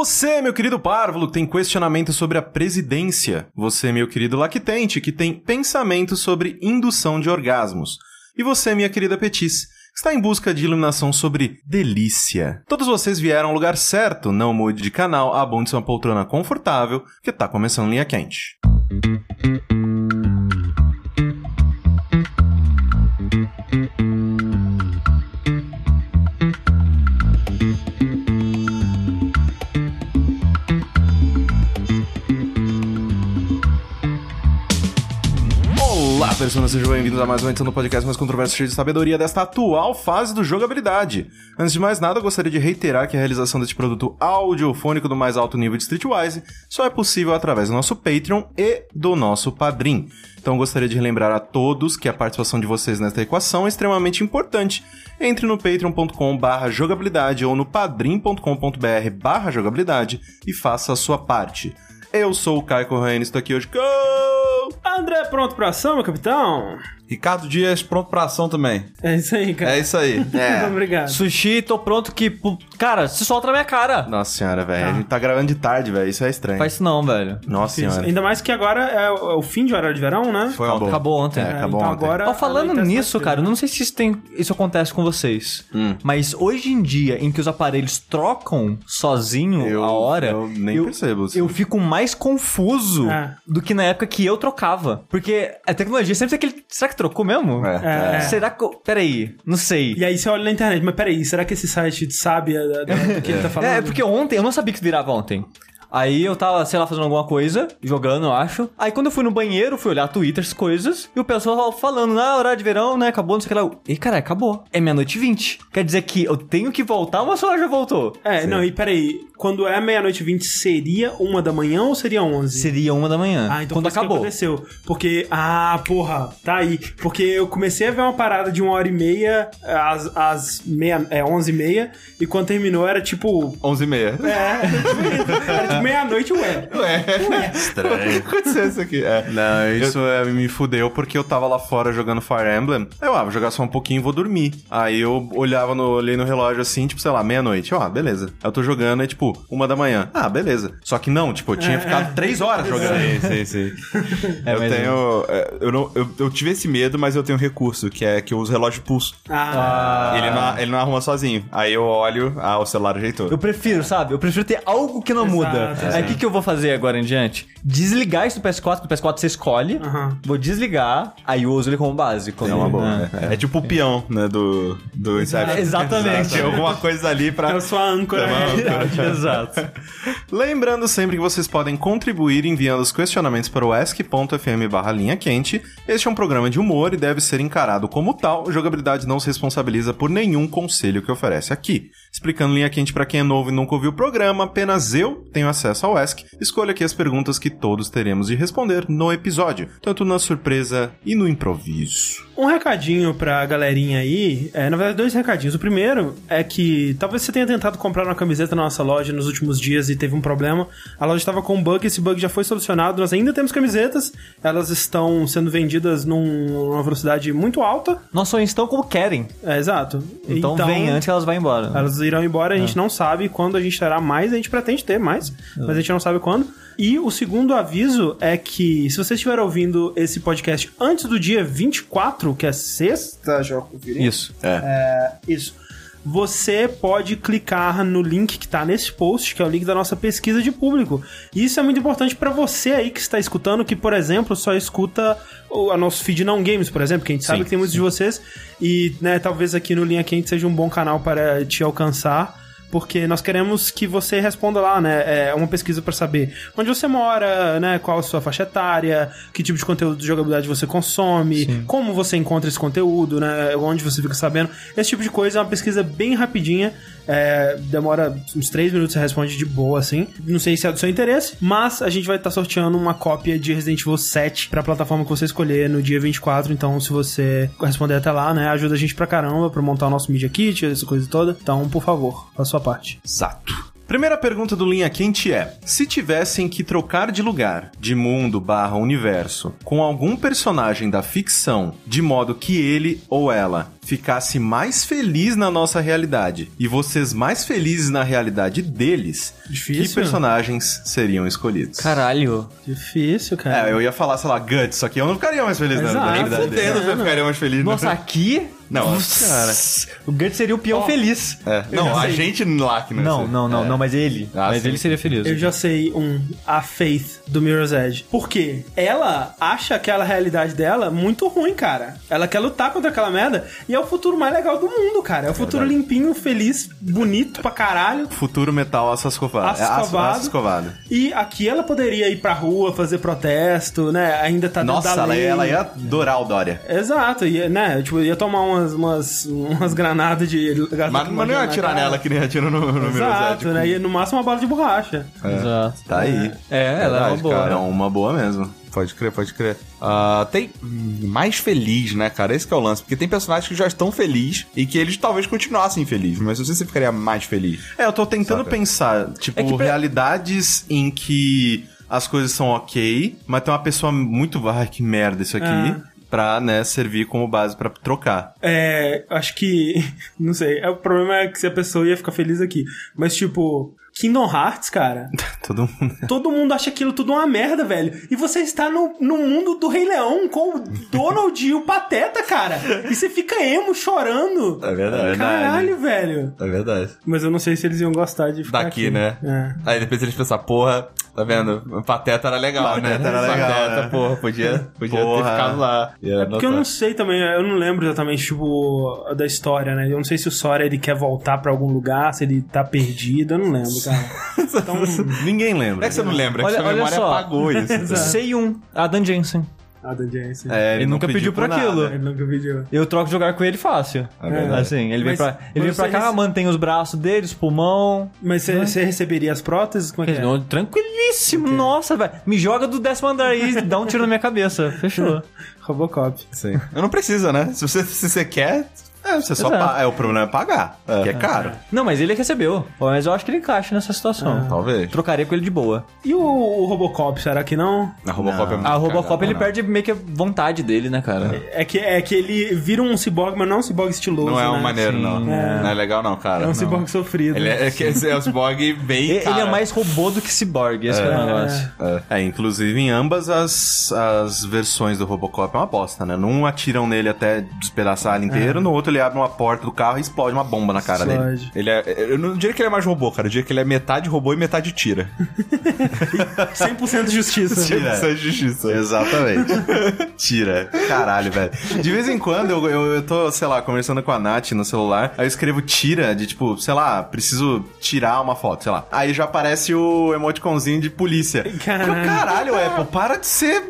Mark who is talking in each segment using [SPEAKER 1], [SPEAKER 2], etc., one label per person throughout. [SPEAKER 1] Você, meu querido párvulo, que tem questionamento sobre a presidência. Você, meu querido lactente, que tem pensamento sobre indução de orgasmos. E você, minha querida Petis, que está em busca de iluminação sobre delícia. Todos vocês vieram ao lugar certo, não mude de canal, abunde uma poltrona confortável, que tá começando linha quente. Olá, pessoas, sejam bem-vindos a mais uma edição do podcast mais controverso cheio de sabedoria desta atual fase do jogabilidade. Antes de mais nada, eu gostaria de reiterar que a realização deste produto audiofônico do mais alto nível de Streetwise só é possível através do nosso Patreon e do nosso Padrim. Então, eu gostaria de relembrar a todos que a participação de vocês nesta equação é extremamente importante. Entre no patreon.com/barra jogabilidade ou no padrim.com.br/barra jogabilidade e faça a sua parte. Eu sou o Caio Correia e estou aqui hoje com...
[SPEAKER 2] André, pronto pra ação, meu capitão?
[SPEAKER 3] Ricardo Dias, pronto pra ação também.
[SPEAKER 2] É isso aí, cara.
[SPEAKER 3] É isso aí.
[SPEAKER 2] Muito obrigado.
[SPEAKER 4] Sushi, tô pronto que. pu- Cara, se solta na minha cara.
[SPEAKER 1] Nossa senhora, velho. A gente tá gravando de tarde, velho. Isso é estranho.
[SPEAKER 4] Faz isso não, velho.
[SPEAKER 1] Nossa senhora.
[SPEAKER 2] Ainda mais que agora é o é o fim de horário de verão, né?
[SPEAKER 3] Foi
[SPEAKER 1] Acabou.
[SPEAKER 3] ontem.
[SPEAKER 4] Acabou ontem.
[SPEAKER 1] É, acabou
[SPEAKER 2] então
[SPEAKER 1] ontem.
[SPEAKER 2] agora.
[SPEAKER 4] Ó, falando
[SPEAKER 2] a lei tá
[SPEAKER 4] nisso,
[SPEAKER 2] sendo-
[SPEAKER 4] cara, eu não sei se isso, tem, isso acontece com vocês,
[SPEAKER 1] Hum.
[SPEAKER 4] mas hoje em dia em que os aparelhos trocam sozinho
[SPEAKER 1] Eu-
[SPEAKER 4] a hora,
[SPEAKER 1] eu nem percebo, assim.
[SPEAKER 4] Eu fico mais confuso
[SPEAKER 2] É.
[SPEAKER 4] do que na época que eu trocava, porque a tecnologia sempre tem aquele. Será que trocou mesmo?
[SPEAKER 1] É,
[SPEAKER 2] É.
[SPEAKER 4] Será que. eu- Peraí, não sei.
[SPEAKER 2] E aí você olha na internet, mas peraí, será que esse site sabe a- da- da- do que ele tá falando?
[SPEAKER 4] É, é porque ontem, eu não sabia que virava ontem. Aí eu tava, sei lá, fazendo alguma coisa, jogando, eu acho. Aí quando eu fui no banheiro, fui olhar Twitter, as coisas, e o pessoal falando, ah, horário de verão, né? Acabou, não sei o que lá. Eu, Ih, caralho, acabou. É meia-noite e vinte. Quer dizer que eu tenho que voltar, mas o celular já voltou.
[SPEAKER 2] É, não, e peraí, quando é meia-noite e 20, seria uma da manhã ou seria 11?
[SPEAKER 4] Seria uma da manhã.
[SPEAKER 2] Ah, então
[SPEAKER 4] quando
[SPEAKER 2] foi isso que
[SPEAKER 4] acabou.
[SPEAKER 2] aconteceu. Porque, ah, porra, tá aí. Porque eu comecei a ver uma parada de uma hora e meia, às, às meia, é, onze e meia, e quando terminou era tipo
[SPEAKER 3] 11 e meia.
[SPEAKER 2] É, era tipo meia-noite, ué.
[SPEAKER 1] Estranho.
[SPEAKER 3] aconteceu isso aqui? É.
[SPEAKER 1] Não, isso é, me fudeu porque eu tava lá fora jogando Fire Emblem. Eu, ah, vou jogar só um pouquinho e vou dormir. Aí eu olhava no, olhei no relógio assim, tipo, sei lá, meia-noite. Ó, ah, beleza. Aí Eu tô jogando, é tipo, uma da manhã. Ah, beleza. Só que não, tipo, eu tinha ficado três horas jogando.
[SPEAKER 3] É, Sim, sim, sim.
[SPEAKER 4] É,
[SPEAKER 3] eu
[SPEAKER 4] mas-
[SPEAKER 3] tenho. é, Eu, não, eu, eu tive esse medo, mas eu tenho um recurso, que é que eu uso relógio pulso.
[SPEAKER 2] Ah,
[SPEAKER 3] Ele, não, ele não arruma sozinho. Aí eu olho, ah, o celular ajeitou.
[SPEAKER 4] Eu prefiro, sabe? Eu prefiro ter algo que não
[SPEAKER 2] Exato,
[SPEAKER 4] muda.
[SPEAKER 2] exato.
[SPEAKER 4] Aí o que, que eu vou fazer agora em diante? Desligar isso do PS4, do PS4 você escolhe.
[SPEAKER 2] Aham.
[SPEAKER 4] Vou desligar, aí eu uso ele como base.
[SPEAKER 3] É uma boa.
[SPEAKER 4] né?
[SPEAKER 3] né? É, tipo o peão, né, do, do Inception.
[SPEAKER 4] Exatamente.
[SPEAKER 3] Tinha alguma coisa ali pra...
[SPEAKER 2] é a sua âncora. né?
[SPEAKER 4] Exato.
[SPEAKER 1] Lembrando sempre que vocês podem contribuir enviando os questionamentos para o ask.fm barra linha quente. Este é um programa de humor e deve ser encarado como tal. Jogabilidade não se responsabiliza por nenhum conselho que oferece aqui. Explicando linha quente para quem é novo e nunca ouviu o programa, apenas eu tenho acesso ao ask. Escolha aqui as perguntas que todos teremos de responder no episódio, tanto na surpresa e no improviso.
[SPEAKER 2] Um recadinho pra galerinha aí. É, na verdade, dois recadinhos. O primeiro é que talvez você tenha tentado comprar uma camiseta na nossa loja nos últimos dias e teve um problema. A loja estava com um bug, esse bug já foi solucionado. Nós ainda temos camisetas. Elas estão sendo vendidas num- numa velocidade muito alta.
[SPEAKER 4] Nós só estão como querem.
[SPEAKER 2] É, exato.
[SPEAKER 4] Então, vem antes que elas vão embora.
[SPEAKER 2] Elas irão embora, a gente não sabe quando a gente terá mais, a gente pretende ter mais, mas a gente não sabe quando. E o segundo aviso é que se você estiver ouvindo esse podcast antes do dia 24, que é sexta, já conferi.
[SPEAKER 4] Isso.
[SPEAKER 3] É.
[SPEAKER 2] Isso. Você pode clicar no link que tá nesse post, que é o link da nossa pesquisa de público. E isso é muito importante para você aí que está escutando, que, por exemplo, só escuta o a nosso feed não games, por exemplo, que a gente sabe que tem muitos de vocês. E, né, talvez aqui no Linha Quente seja um bom canal para te alcançar. Porque nós queremos que você responda lá, né? É uma pesquisa para saber onde você mora, né? Qual a sua faixa etária, que tipo de conteúdo de jogabilidade você consome, como você encontra esse conteúdo, né? Onde você fica sabendo. Esse tipo de coisa é uma pesquisa bem rapidinha. é, demora uns 3 minutos, você responde de boa, assim. Não sei se é do seu interesse, mas a gente vai estar sorteando uma cópia de Resident Evil 7 pra plataforma que você escolher no dia 24. Então, se você responder até lá, né? Ajuda a gente pra caramba pra montar o nosso Media Kit, essa coisa toda. Então, por favor, faça a sua parte.
[SPEAKER 1] Exato. Primeira pergunta do Linha Quente é: se tivessem que trocar de lugar, de mundo barra universo, com algum personagem da ficção, de modo que ele ou ela ficasse mais feliz na nossa realidade e vocês mais felizes na realidade deles,
[SPEAKER 2] Difícil,
[SPEAKER 1] que personagens seriam escolhidos?
[SPEAKER 4] Caralho.
[SPEAKER 2] Difícil, cara.
[SPEAKER 1] É, eu ia falar, sei lá, Guts, só que eu não ficaria mais feliz
[SPEAKER 2] Exato.
[SPEAKER 1] na
[SPEAKER 2] Nem
[SPEAKER 1] realidade.
[SPEAKER 2] fudendo.
[SPEAKER 1] dele.
[SPEAKER 3] Entendo, eu ficaria mais feliz. né?
[SPEAKER 4] Nossa, aqui.
[SPEAKER 3] Não,
[SPEAKER 4] Nossa, cara. O Gantz seria o peão feliz.
[SPEAKER 3] É. Não, a gente lá que não é assim. ia
[SPEAKER 4] Não,
[SPEAKER 3] ser.
[SPEAKER 4] não,
[SPEAKER 1] É.
[SPEAKER 4] não, não, mas ele.
[SPEAKER 3] Ah,
[SPEAKER 4] mas
[SPEAKER 3] sim.
[SPEAKER 4] ele seria feliz.
[SPEAKER 2] Eu já sei um, a Faith do Mirror's Edge. Por quê? Ela acha aquela realidade dela muito ruim, cara. Ela quer lutar contra aquela merda e é o futuro mais legal do mundo, cara. É o futuro limpinho, feliz, bonito pra caralho.
[SPEAKER 1] Futuro metal aço escovado. É,
[SPEAKER 2] Aço
[SPEAKER 1] aço-
[SPEAKER 2] escovado.
[SPEAKER 1] aço escovado.
[SPEAKER 2] E aqui ela poderia ir pra rua, fazer protesto, né? Ainda tá dentro
[SPEAKER 1] Nossa,
[SPEAKER 2] da
[SPEAKER 1] ela,
[SPEAKER 2] lei.
[SPEAKER 1] ela ia adorar o Dória.
[SPEAKER 2] Exato, ia, né? Tipo, ia tomar umas, umas, umas granadas de.
[SPEAKER 3] Mas, mas não ia atirar nela que nem atira no, no Mirror's Edge.
[SPEAKER 2] Exato, né? E no máximo uma bala de borracha.
[SPEAKER 4] Exato.
[SPEAKER 1] Tá aí.
[SPEAKER 4] É, ela é uma
[SPEAKER 3] É. Verdade,
[SPEAKER 4] boa.
[SPEAKER 1] Era uma boa mesmo.
[SPEAKER 3] Pode crer, pode crer. Ah, tem hum, mais feliz, né, cara? Esse que é o lance. Porque tem personagens que já estão felizes e que eles talvez continuassem felizes. Mas eu não sei se você ficaria mais feliz.
[SPEAKER 1] É, eu tô tentando
[SPEAKER 3] Saca.
[SPEAKER 1] pensar, tipo,
[SPEAKER 4] É que pra-
[SPEAKER 1] realidades em que as coisas são ok, mas tem uma pessoa muito, ai, que merda isso aqui,
[SPEAKER 4] É.
[SPEAKER 2] Ah.
[SPEAKER 1] pra, né, servir como base pra trocar.
[SPEAKER 2] É, acho que. Não sei. É, o problema é que se a pessoa ia ficar feliz aqui. Mas, tipo, Kingdom Hearts, cara.
[SPEAKER 1] Todo mundo...
[SPEAKER 2] Todo mundo acha aquilo tudo uma merda, velho. E você está no, no mundo do Rei Leão com o Donald e o Pateta, cara. E você fica emo chorando.
[SPEAKER 3] É verdade.
[SPEAKER 2] Caralho, velho.
[SPEAKER 3] É verdade.
[SPEAKER 2] Mas eu não sei se eles iam gostar de ficar
[SPEAKER 3] Daqui,
[SPEAKER 2] aqui.
[SPEAKER 3] né?
[SPEAKER 2] É.
[SPEAKER 3] Aí depois eles pensam, porra, tá vendo? O Pateta era legal, né?
[SPEAKER 1] Pateta era legal,
[SPEAKER 3] Pateta,
[SPEAKER 1] né?
[SPEAKER 3] porra, podia, podia
[SPEAKER 1] Porra.
[SPEAKER 3] ter ficado lá.
[SPEAKER 2] É porque eu não sei também, eu não lembro exatamente, tipo, da história, né? Eu não sei se o Sora, ele quer voltar pra algum lugar, se ele tá perdido, eu não lembro, cara.
[SPEAKER 4] Então,
[SPEAKER 1] Ninguém
[SPEAKER 3] Como é
[SPEAKER 1] lembra.
[SPEAKER 3] que você não lembra? É que
[SPEAKER 4] Olha-
[SPEAKER 3] sua
[SPEAKER 4] olha
[SPEAKER 3] memória
[SPEAKER 4] só.
[SPEAKER 3] apagou isso.
[SPEAKER 4] Sei um, Adam Jensen.
[SPEAKER 2] Nada disso.
[SPEAKER 1] É,
[SPEAKER 4] Ele nunca pediu
[SPEAKER 1] por
[SPEAKER 4] pra aquilo.
[SPEAKER 2] Ele nunca pediu.
[SPEAKER 4] Eu troco jogar com ele fácil.
[SPEAKER 3] É verdade.
[SPEAKER 4] Assim, ele vem
[SPEAKER 2] Mas
[SPEAKER 4] pra, ele vem
[SPEAKER 2] você
[SPEAKER 4] pra cá,
[SPEAKER 2] rece-
[SPEAKER 4] mantém os braços dele, os pulmão.
[SPEAKER 2] Mas você você receberia as próteses? Como é que é?
[SPEAKER 4] Não,
[SPEAKER 1] Então,
[SPEAKER 4] Tranquilíssimo, nossa, velho. Me joga do décimo andar aí e dá um tiro na minha cabeça. Fechou.
[SPEAKER 2] Robocop.
[SPEAKER 3] Sim. Eu não precisa, né? Se você, se você quer,
[SPEAKER 1] É, você só
[SPEAKER 4] Exato.
[SPEAKER 1] pa- é, o problema é pagar, que é caro.
[SPEAKER 4] Não, mas ele recebeu. Mas eu acho que ele encaixa nessa situação.
[SPEAKER 3] talvez.
[SPEAKER 4] Trocaria com ele de boa.
[SPEAKER 2] E o, o Robocop, será que não?
[SPEAKER 3] A Robocop é muito
[SPEAKER 4] A Robocop
[SPEAKER 3] cagada,
[SPEAKER 4] ele
[SPEAKER 3] não.
[SPEAKER 4] perde meio que a vontade dele, né, cara?
[SPEAKER 2] É que, é que ele vira um ciborgue, mas não um ciborgue estiloso,
[SPEAKER 3] Não é um
[SPEAKER 2] né?
[SPEAKER 3] maneiro,
[SPEAKER 4] Sim,
[SPEAKER 3] não.
[SPEAKER 2] é.
[SPEAKER 3] Não é legal, não, cara.
[SPEAKER 2] É um
[SPEAKER 3] não.
[SPEAKER 2] ciborgue sofrido.
[SPEAKER 3] Ele é, é, que esse é um cyborg bem.
[SPEAKER 4] E- Ele
[SPEAKER 3] cara.
[SPEAKER 4] é mais robô do que cyborg, esse que é o negócio.
[SPEAKER 1] É, inclusive em ambas as, as versões do Robocop é uma bosta, né? Num atiram nele até despedaçar ele inteiro, no outro ele abre uma porta do carro e explode uma bomba na cara dele.
[SPEAKER 2] Explode.
[SPEAKER 3] Ele é, eu não diria que ele é mais robô, cara. Eu diria que ele é metade robô e metade tira.
[SPEAKER 2] 100% justiça.
[SPEAKER 1] Tira.
[SPEAKER 3] Isso é justiça.
[SPEAKER 1] Exatamente. Tira. Caralho, velho. De vez em quando eu, eu, eu tô, sei lá, conversando com a Nath no celular, aí eu escrevo tira, de tipo, sei lá, preciso tirar uma foto, sei lá. Aí já aparece o emoticonzinho de polícia.
[SPEAKER 2] Caralho.
[SPEAKER 1] Eu, Caralho, Apple, para de ser.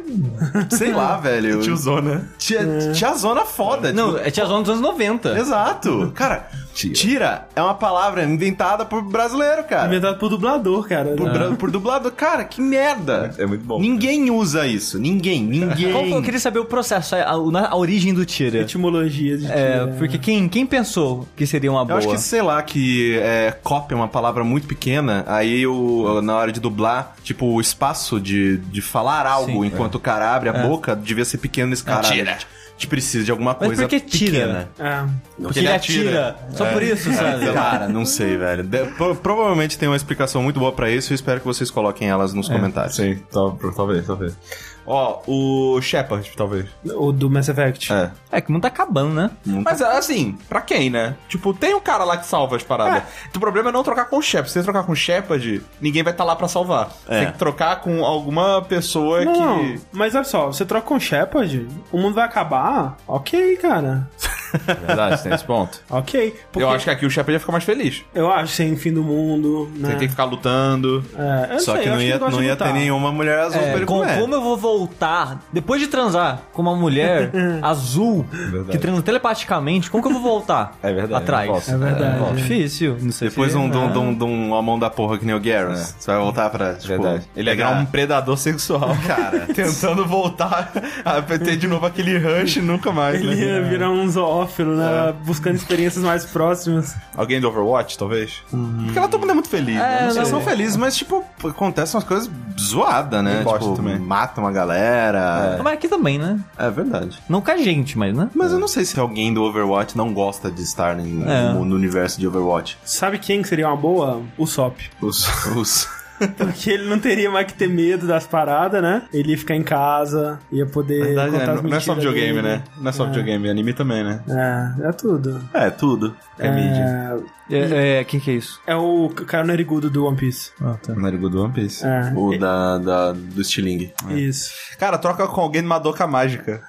[SPEAKER 1] Sei lá, velho.
[SPEAKER 3] Tiozona.
[SPEAKER 1] Tia, tiazona foda.
[SPEAKER 4] Não,
[SPEAKER 1] tipo,
[SPEAKER 4] é Tia Zona dos anos 90.
[SPEAKER 1] Exato. Cara, tira. é uma palavra inventada por brasileiro, cara.
[SPEAKER 2] Inventado por dublador, cara.
[SPEAKER 1] Por,
[SPEAKER 2] Né?
[SPEAKER 4] Ah.
[SPEAKER 1] bra- por dublado. Cara, que merda.
[SPEAKER 3] É muito bom.
[SPEAKER 1] Ninguém usa isso. Ninguém, ninguém.
[SPEAKER 4] Qual foi- eu queria saber o processo, a, a- a origem do Tira.
[SPEAKER 2] Etimologia de né?
[SPEAKER 4] É,
[SPEAKER 2] tira.
[SPEAKER 4] porque quem, quem pensou que seria uma
[SPEAKER 1] Eu
[SPEAKER 4] boa?
[SPEAKER 1] acho que, sei lá, que é, copy é uma palavra muito pequena, aí eu, na hora de dublar, tipo, o espaço de, de falar algo
[SPEAKER 4] Sim, É.
[SPEAKER 1] enquanto o cara abre a boca devia ser pequeno nesse cara. Tira. A gente, a gente precisa de alguma
[SPEAKER 4] Mas
[SPEAKER 1] coisa
[SPEAKER 4] por que tira?
[SPEAKER 1] pequena.
[SPEAKER 2] Ah,
[SPEAKER 4] Porque ele atira. Só por
[SPEAKER 1] É,
[SPEAKER 4] isso, sabe?
[SPEAKER 1] Cara, não sei, velho. De- pro- provavelmente tem uma explicação muito boa pra isso e eu espero que vocês coloquem elas
[SPEAKER 4] É.
[SPEAKER 1] nos comentários.
[SPEAKER 3] Ah, Sim, tal- talvez, talvez. Ó, o Shepard, talvez.
[SPEAKER 2] o do Mass Effect.
[SPEAKER 3] É.
[SPEAKER 4] É que o mundo tá acabando, né?
[SPEAKER 2] Hum.
[SPEAKER 3] Mas assim, pra quem, né? Tipo, tem um cara lá que salva as paradas. O problema é não trocar com o Shepard. Se você trocar com o Shepard, ninguém vai estar lá pra salvar.
[SPEAKER 1] É.
[SPEAKER 3] Tem que trocar com alguma pessoa
[SPEAKER 2] Não,
[SPEAKER 3] É que.
[SPEAKER 2] mas olha só, você troca com o Shepard, o mundo vai acabar? Ok, cara.
[SPEAKER 3] É Verdade, tem esse ponto.
[SPEAKER 2] Ok. Porque
[SPEAKER 3] Eu acho que aqui o Shepard ia ficar mais feliz.
[SPEAKER 2] eu acho sem fim do mundo, né?
[SPEAKER 3] Você tem que ficar lutando.
[SPEAKER 2] É, eu não
[SPEAKER 1] Só
[SPEAKER 2] sei,
[SPEAKER 1] que
[SPEAKER 2] eu
[SPEAKER 1] não
[SPEAKER 2] acho
[SPEAKER 1] ia,
[SPEAKER 2] ele gosta
[SPEAKER 1] não
[SPEAKER 2] de
[SPEAKER 1] ia ter
[SPEAKER 2] lutar.
[SPEAKER 1] nenhuma mulher azul
[SPEAKER 4] É,
[SPEAKER 1] pra ele
[SPEAKER 4] com-
[SPEAKER 1] comer.
[SPEAKER 4] como eu vou voltar, depois de transar com uma mulher azul, que transa telepaticamente, como que eu vou voltar
[SPEAKER 3] É verdade, não
[SPEAKER 4] atrás?
[SPEAKER 3] posso.
[SPEAKER 2] É verdade.
[SPEAKER 4] Bom, difícil. Não sei
[SPEAKER 1] Depois de
[SPEAKER 4] se-
[SPEAKER 1] um, de um,
[SPEAKER 4] Ah.
[SPEAKER 1] de um- de um- uma mão da porra que nem o Garrus. Você vai voltar pra. Tipo,
[SPEAKER 3] Verdade. Ele é
[SPEAKER 1] pegar-
[SPEAKER 3] um predador sexual, cara. tentando voltar a ter de novo aquele rush nunca mais.
[SPEAKER 2] Ele ia
[SPEAKER 3] né? É.
[SPEAKER 2] virar um neófilo, né? Buscando experiências mais próximas.
[SPEAKER 3] Alguém do Overwatch, talvez?
[SPEAKER 2] Hum.
[SPEAKER 3] Porque lá todo mundo é muito feliz, né?
[SPEAKER 4] É,
[SPEAKER 3] Não sei.
[SPEAKER 1] Eles são felizes, mas, tipo, acontecem umas coisas zoadas, né?
[SPEAKER 3] Eu gosto
[SPEAKER 1] Tipo,
[SPEAKER 3] também.
[SPEAKER 1] matam a galera.
[SPEAKER 4] Mas aqui também, né?
[SPEAKER 1] É, verdade.
[SPEAKER 4] Não com a gente, mas, né?
[SPEAKER 1] Mas eu
[SPEAKER 3] É.
[SPEAKER 1] não sei se alguém do Overwatch não gosta de estar em-
[SPEAKER 4] É.
[SPEAKER 1] no, no universo de Overwatch.
[SPEAKER 2] Sabe quem que seria uma boa? O Sop.
[SPEAKER 1] Os. os...
[SPEAKER 2] Porque ele não teria mais que ter medo das paradas, né? Ele ia ficar em casa, ia poder
[SPEAKER 3] Verdade, né?
[SPEAKER 2] contar as
[SPEAKER 3] Não- Não é só
[SPEAKER 2] mentiras
[SPEAKER 3] videogame,
[SPEAKER 2] dele.
[SPEAKER 3] né? Não é só videogame, anime também, né?
[SPEAKER 2] É, é tudo.
[SPEAKER 1] É, tudo.
[SPEAKER 3] É, mídia.
[SPEAKER 4] É, é, quem que é isso?
[SPEAKER 2] É o cara narigudo do One Piece.
[SPEAKER 4] Ah, tá.
[SPEAKER 3] Narigudo do One Piece.
[SPEAKER 2] É,
[SPEAKER 1] O da, da- do Stiling.
[SPEAKER 3] É.
[SPEAKER 2] isso.
[SPEAKER 3] Cara, troca com alguém de Madoka Mágica.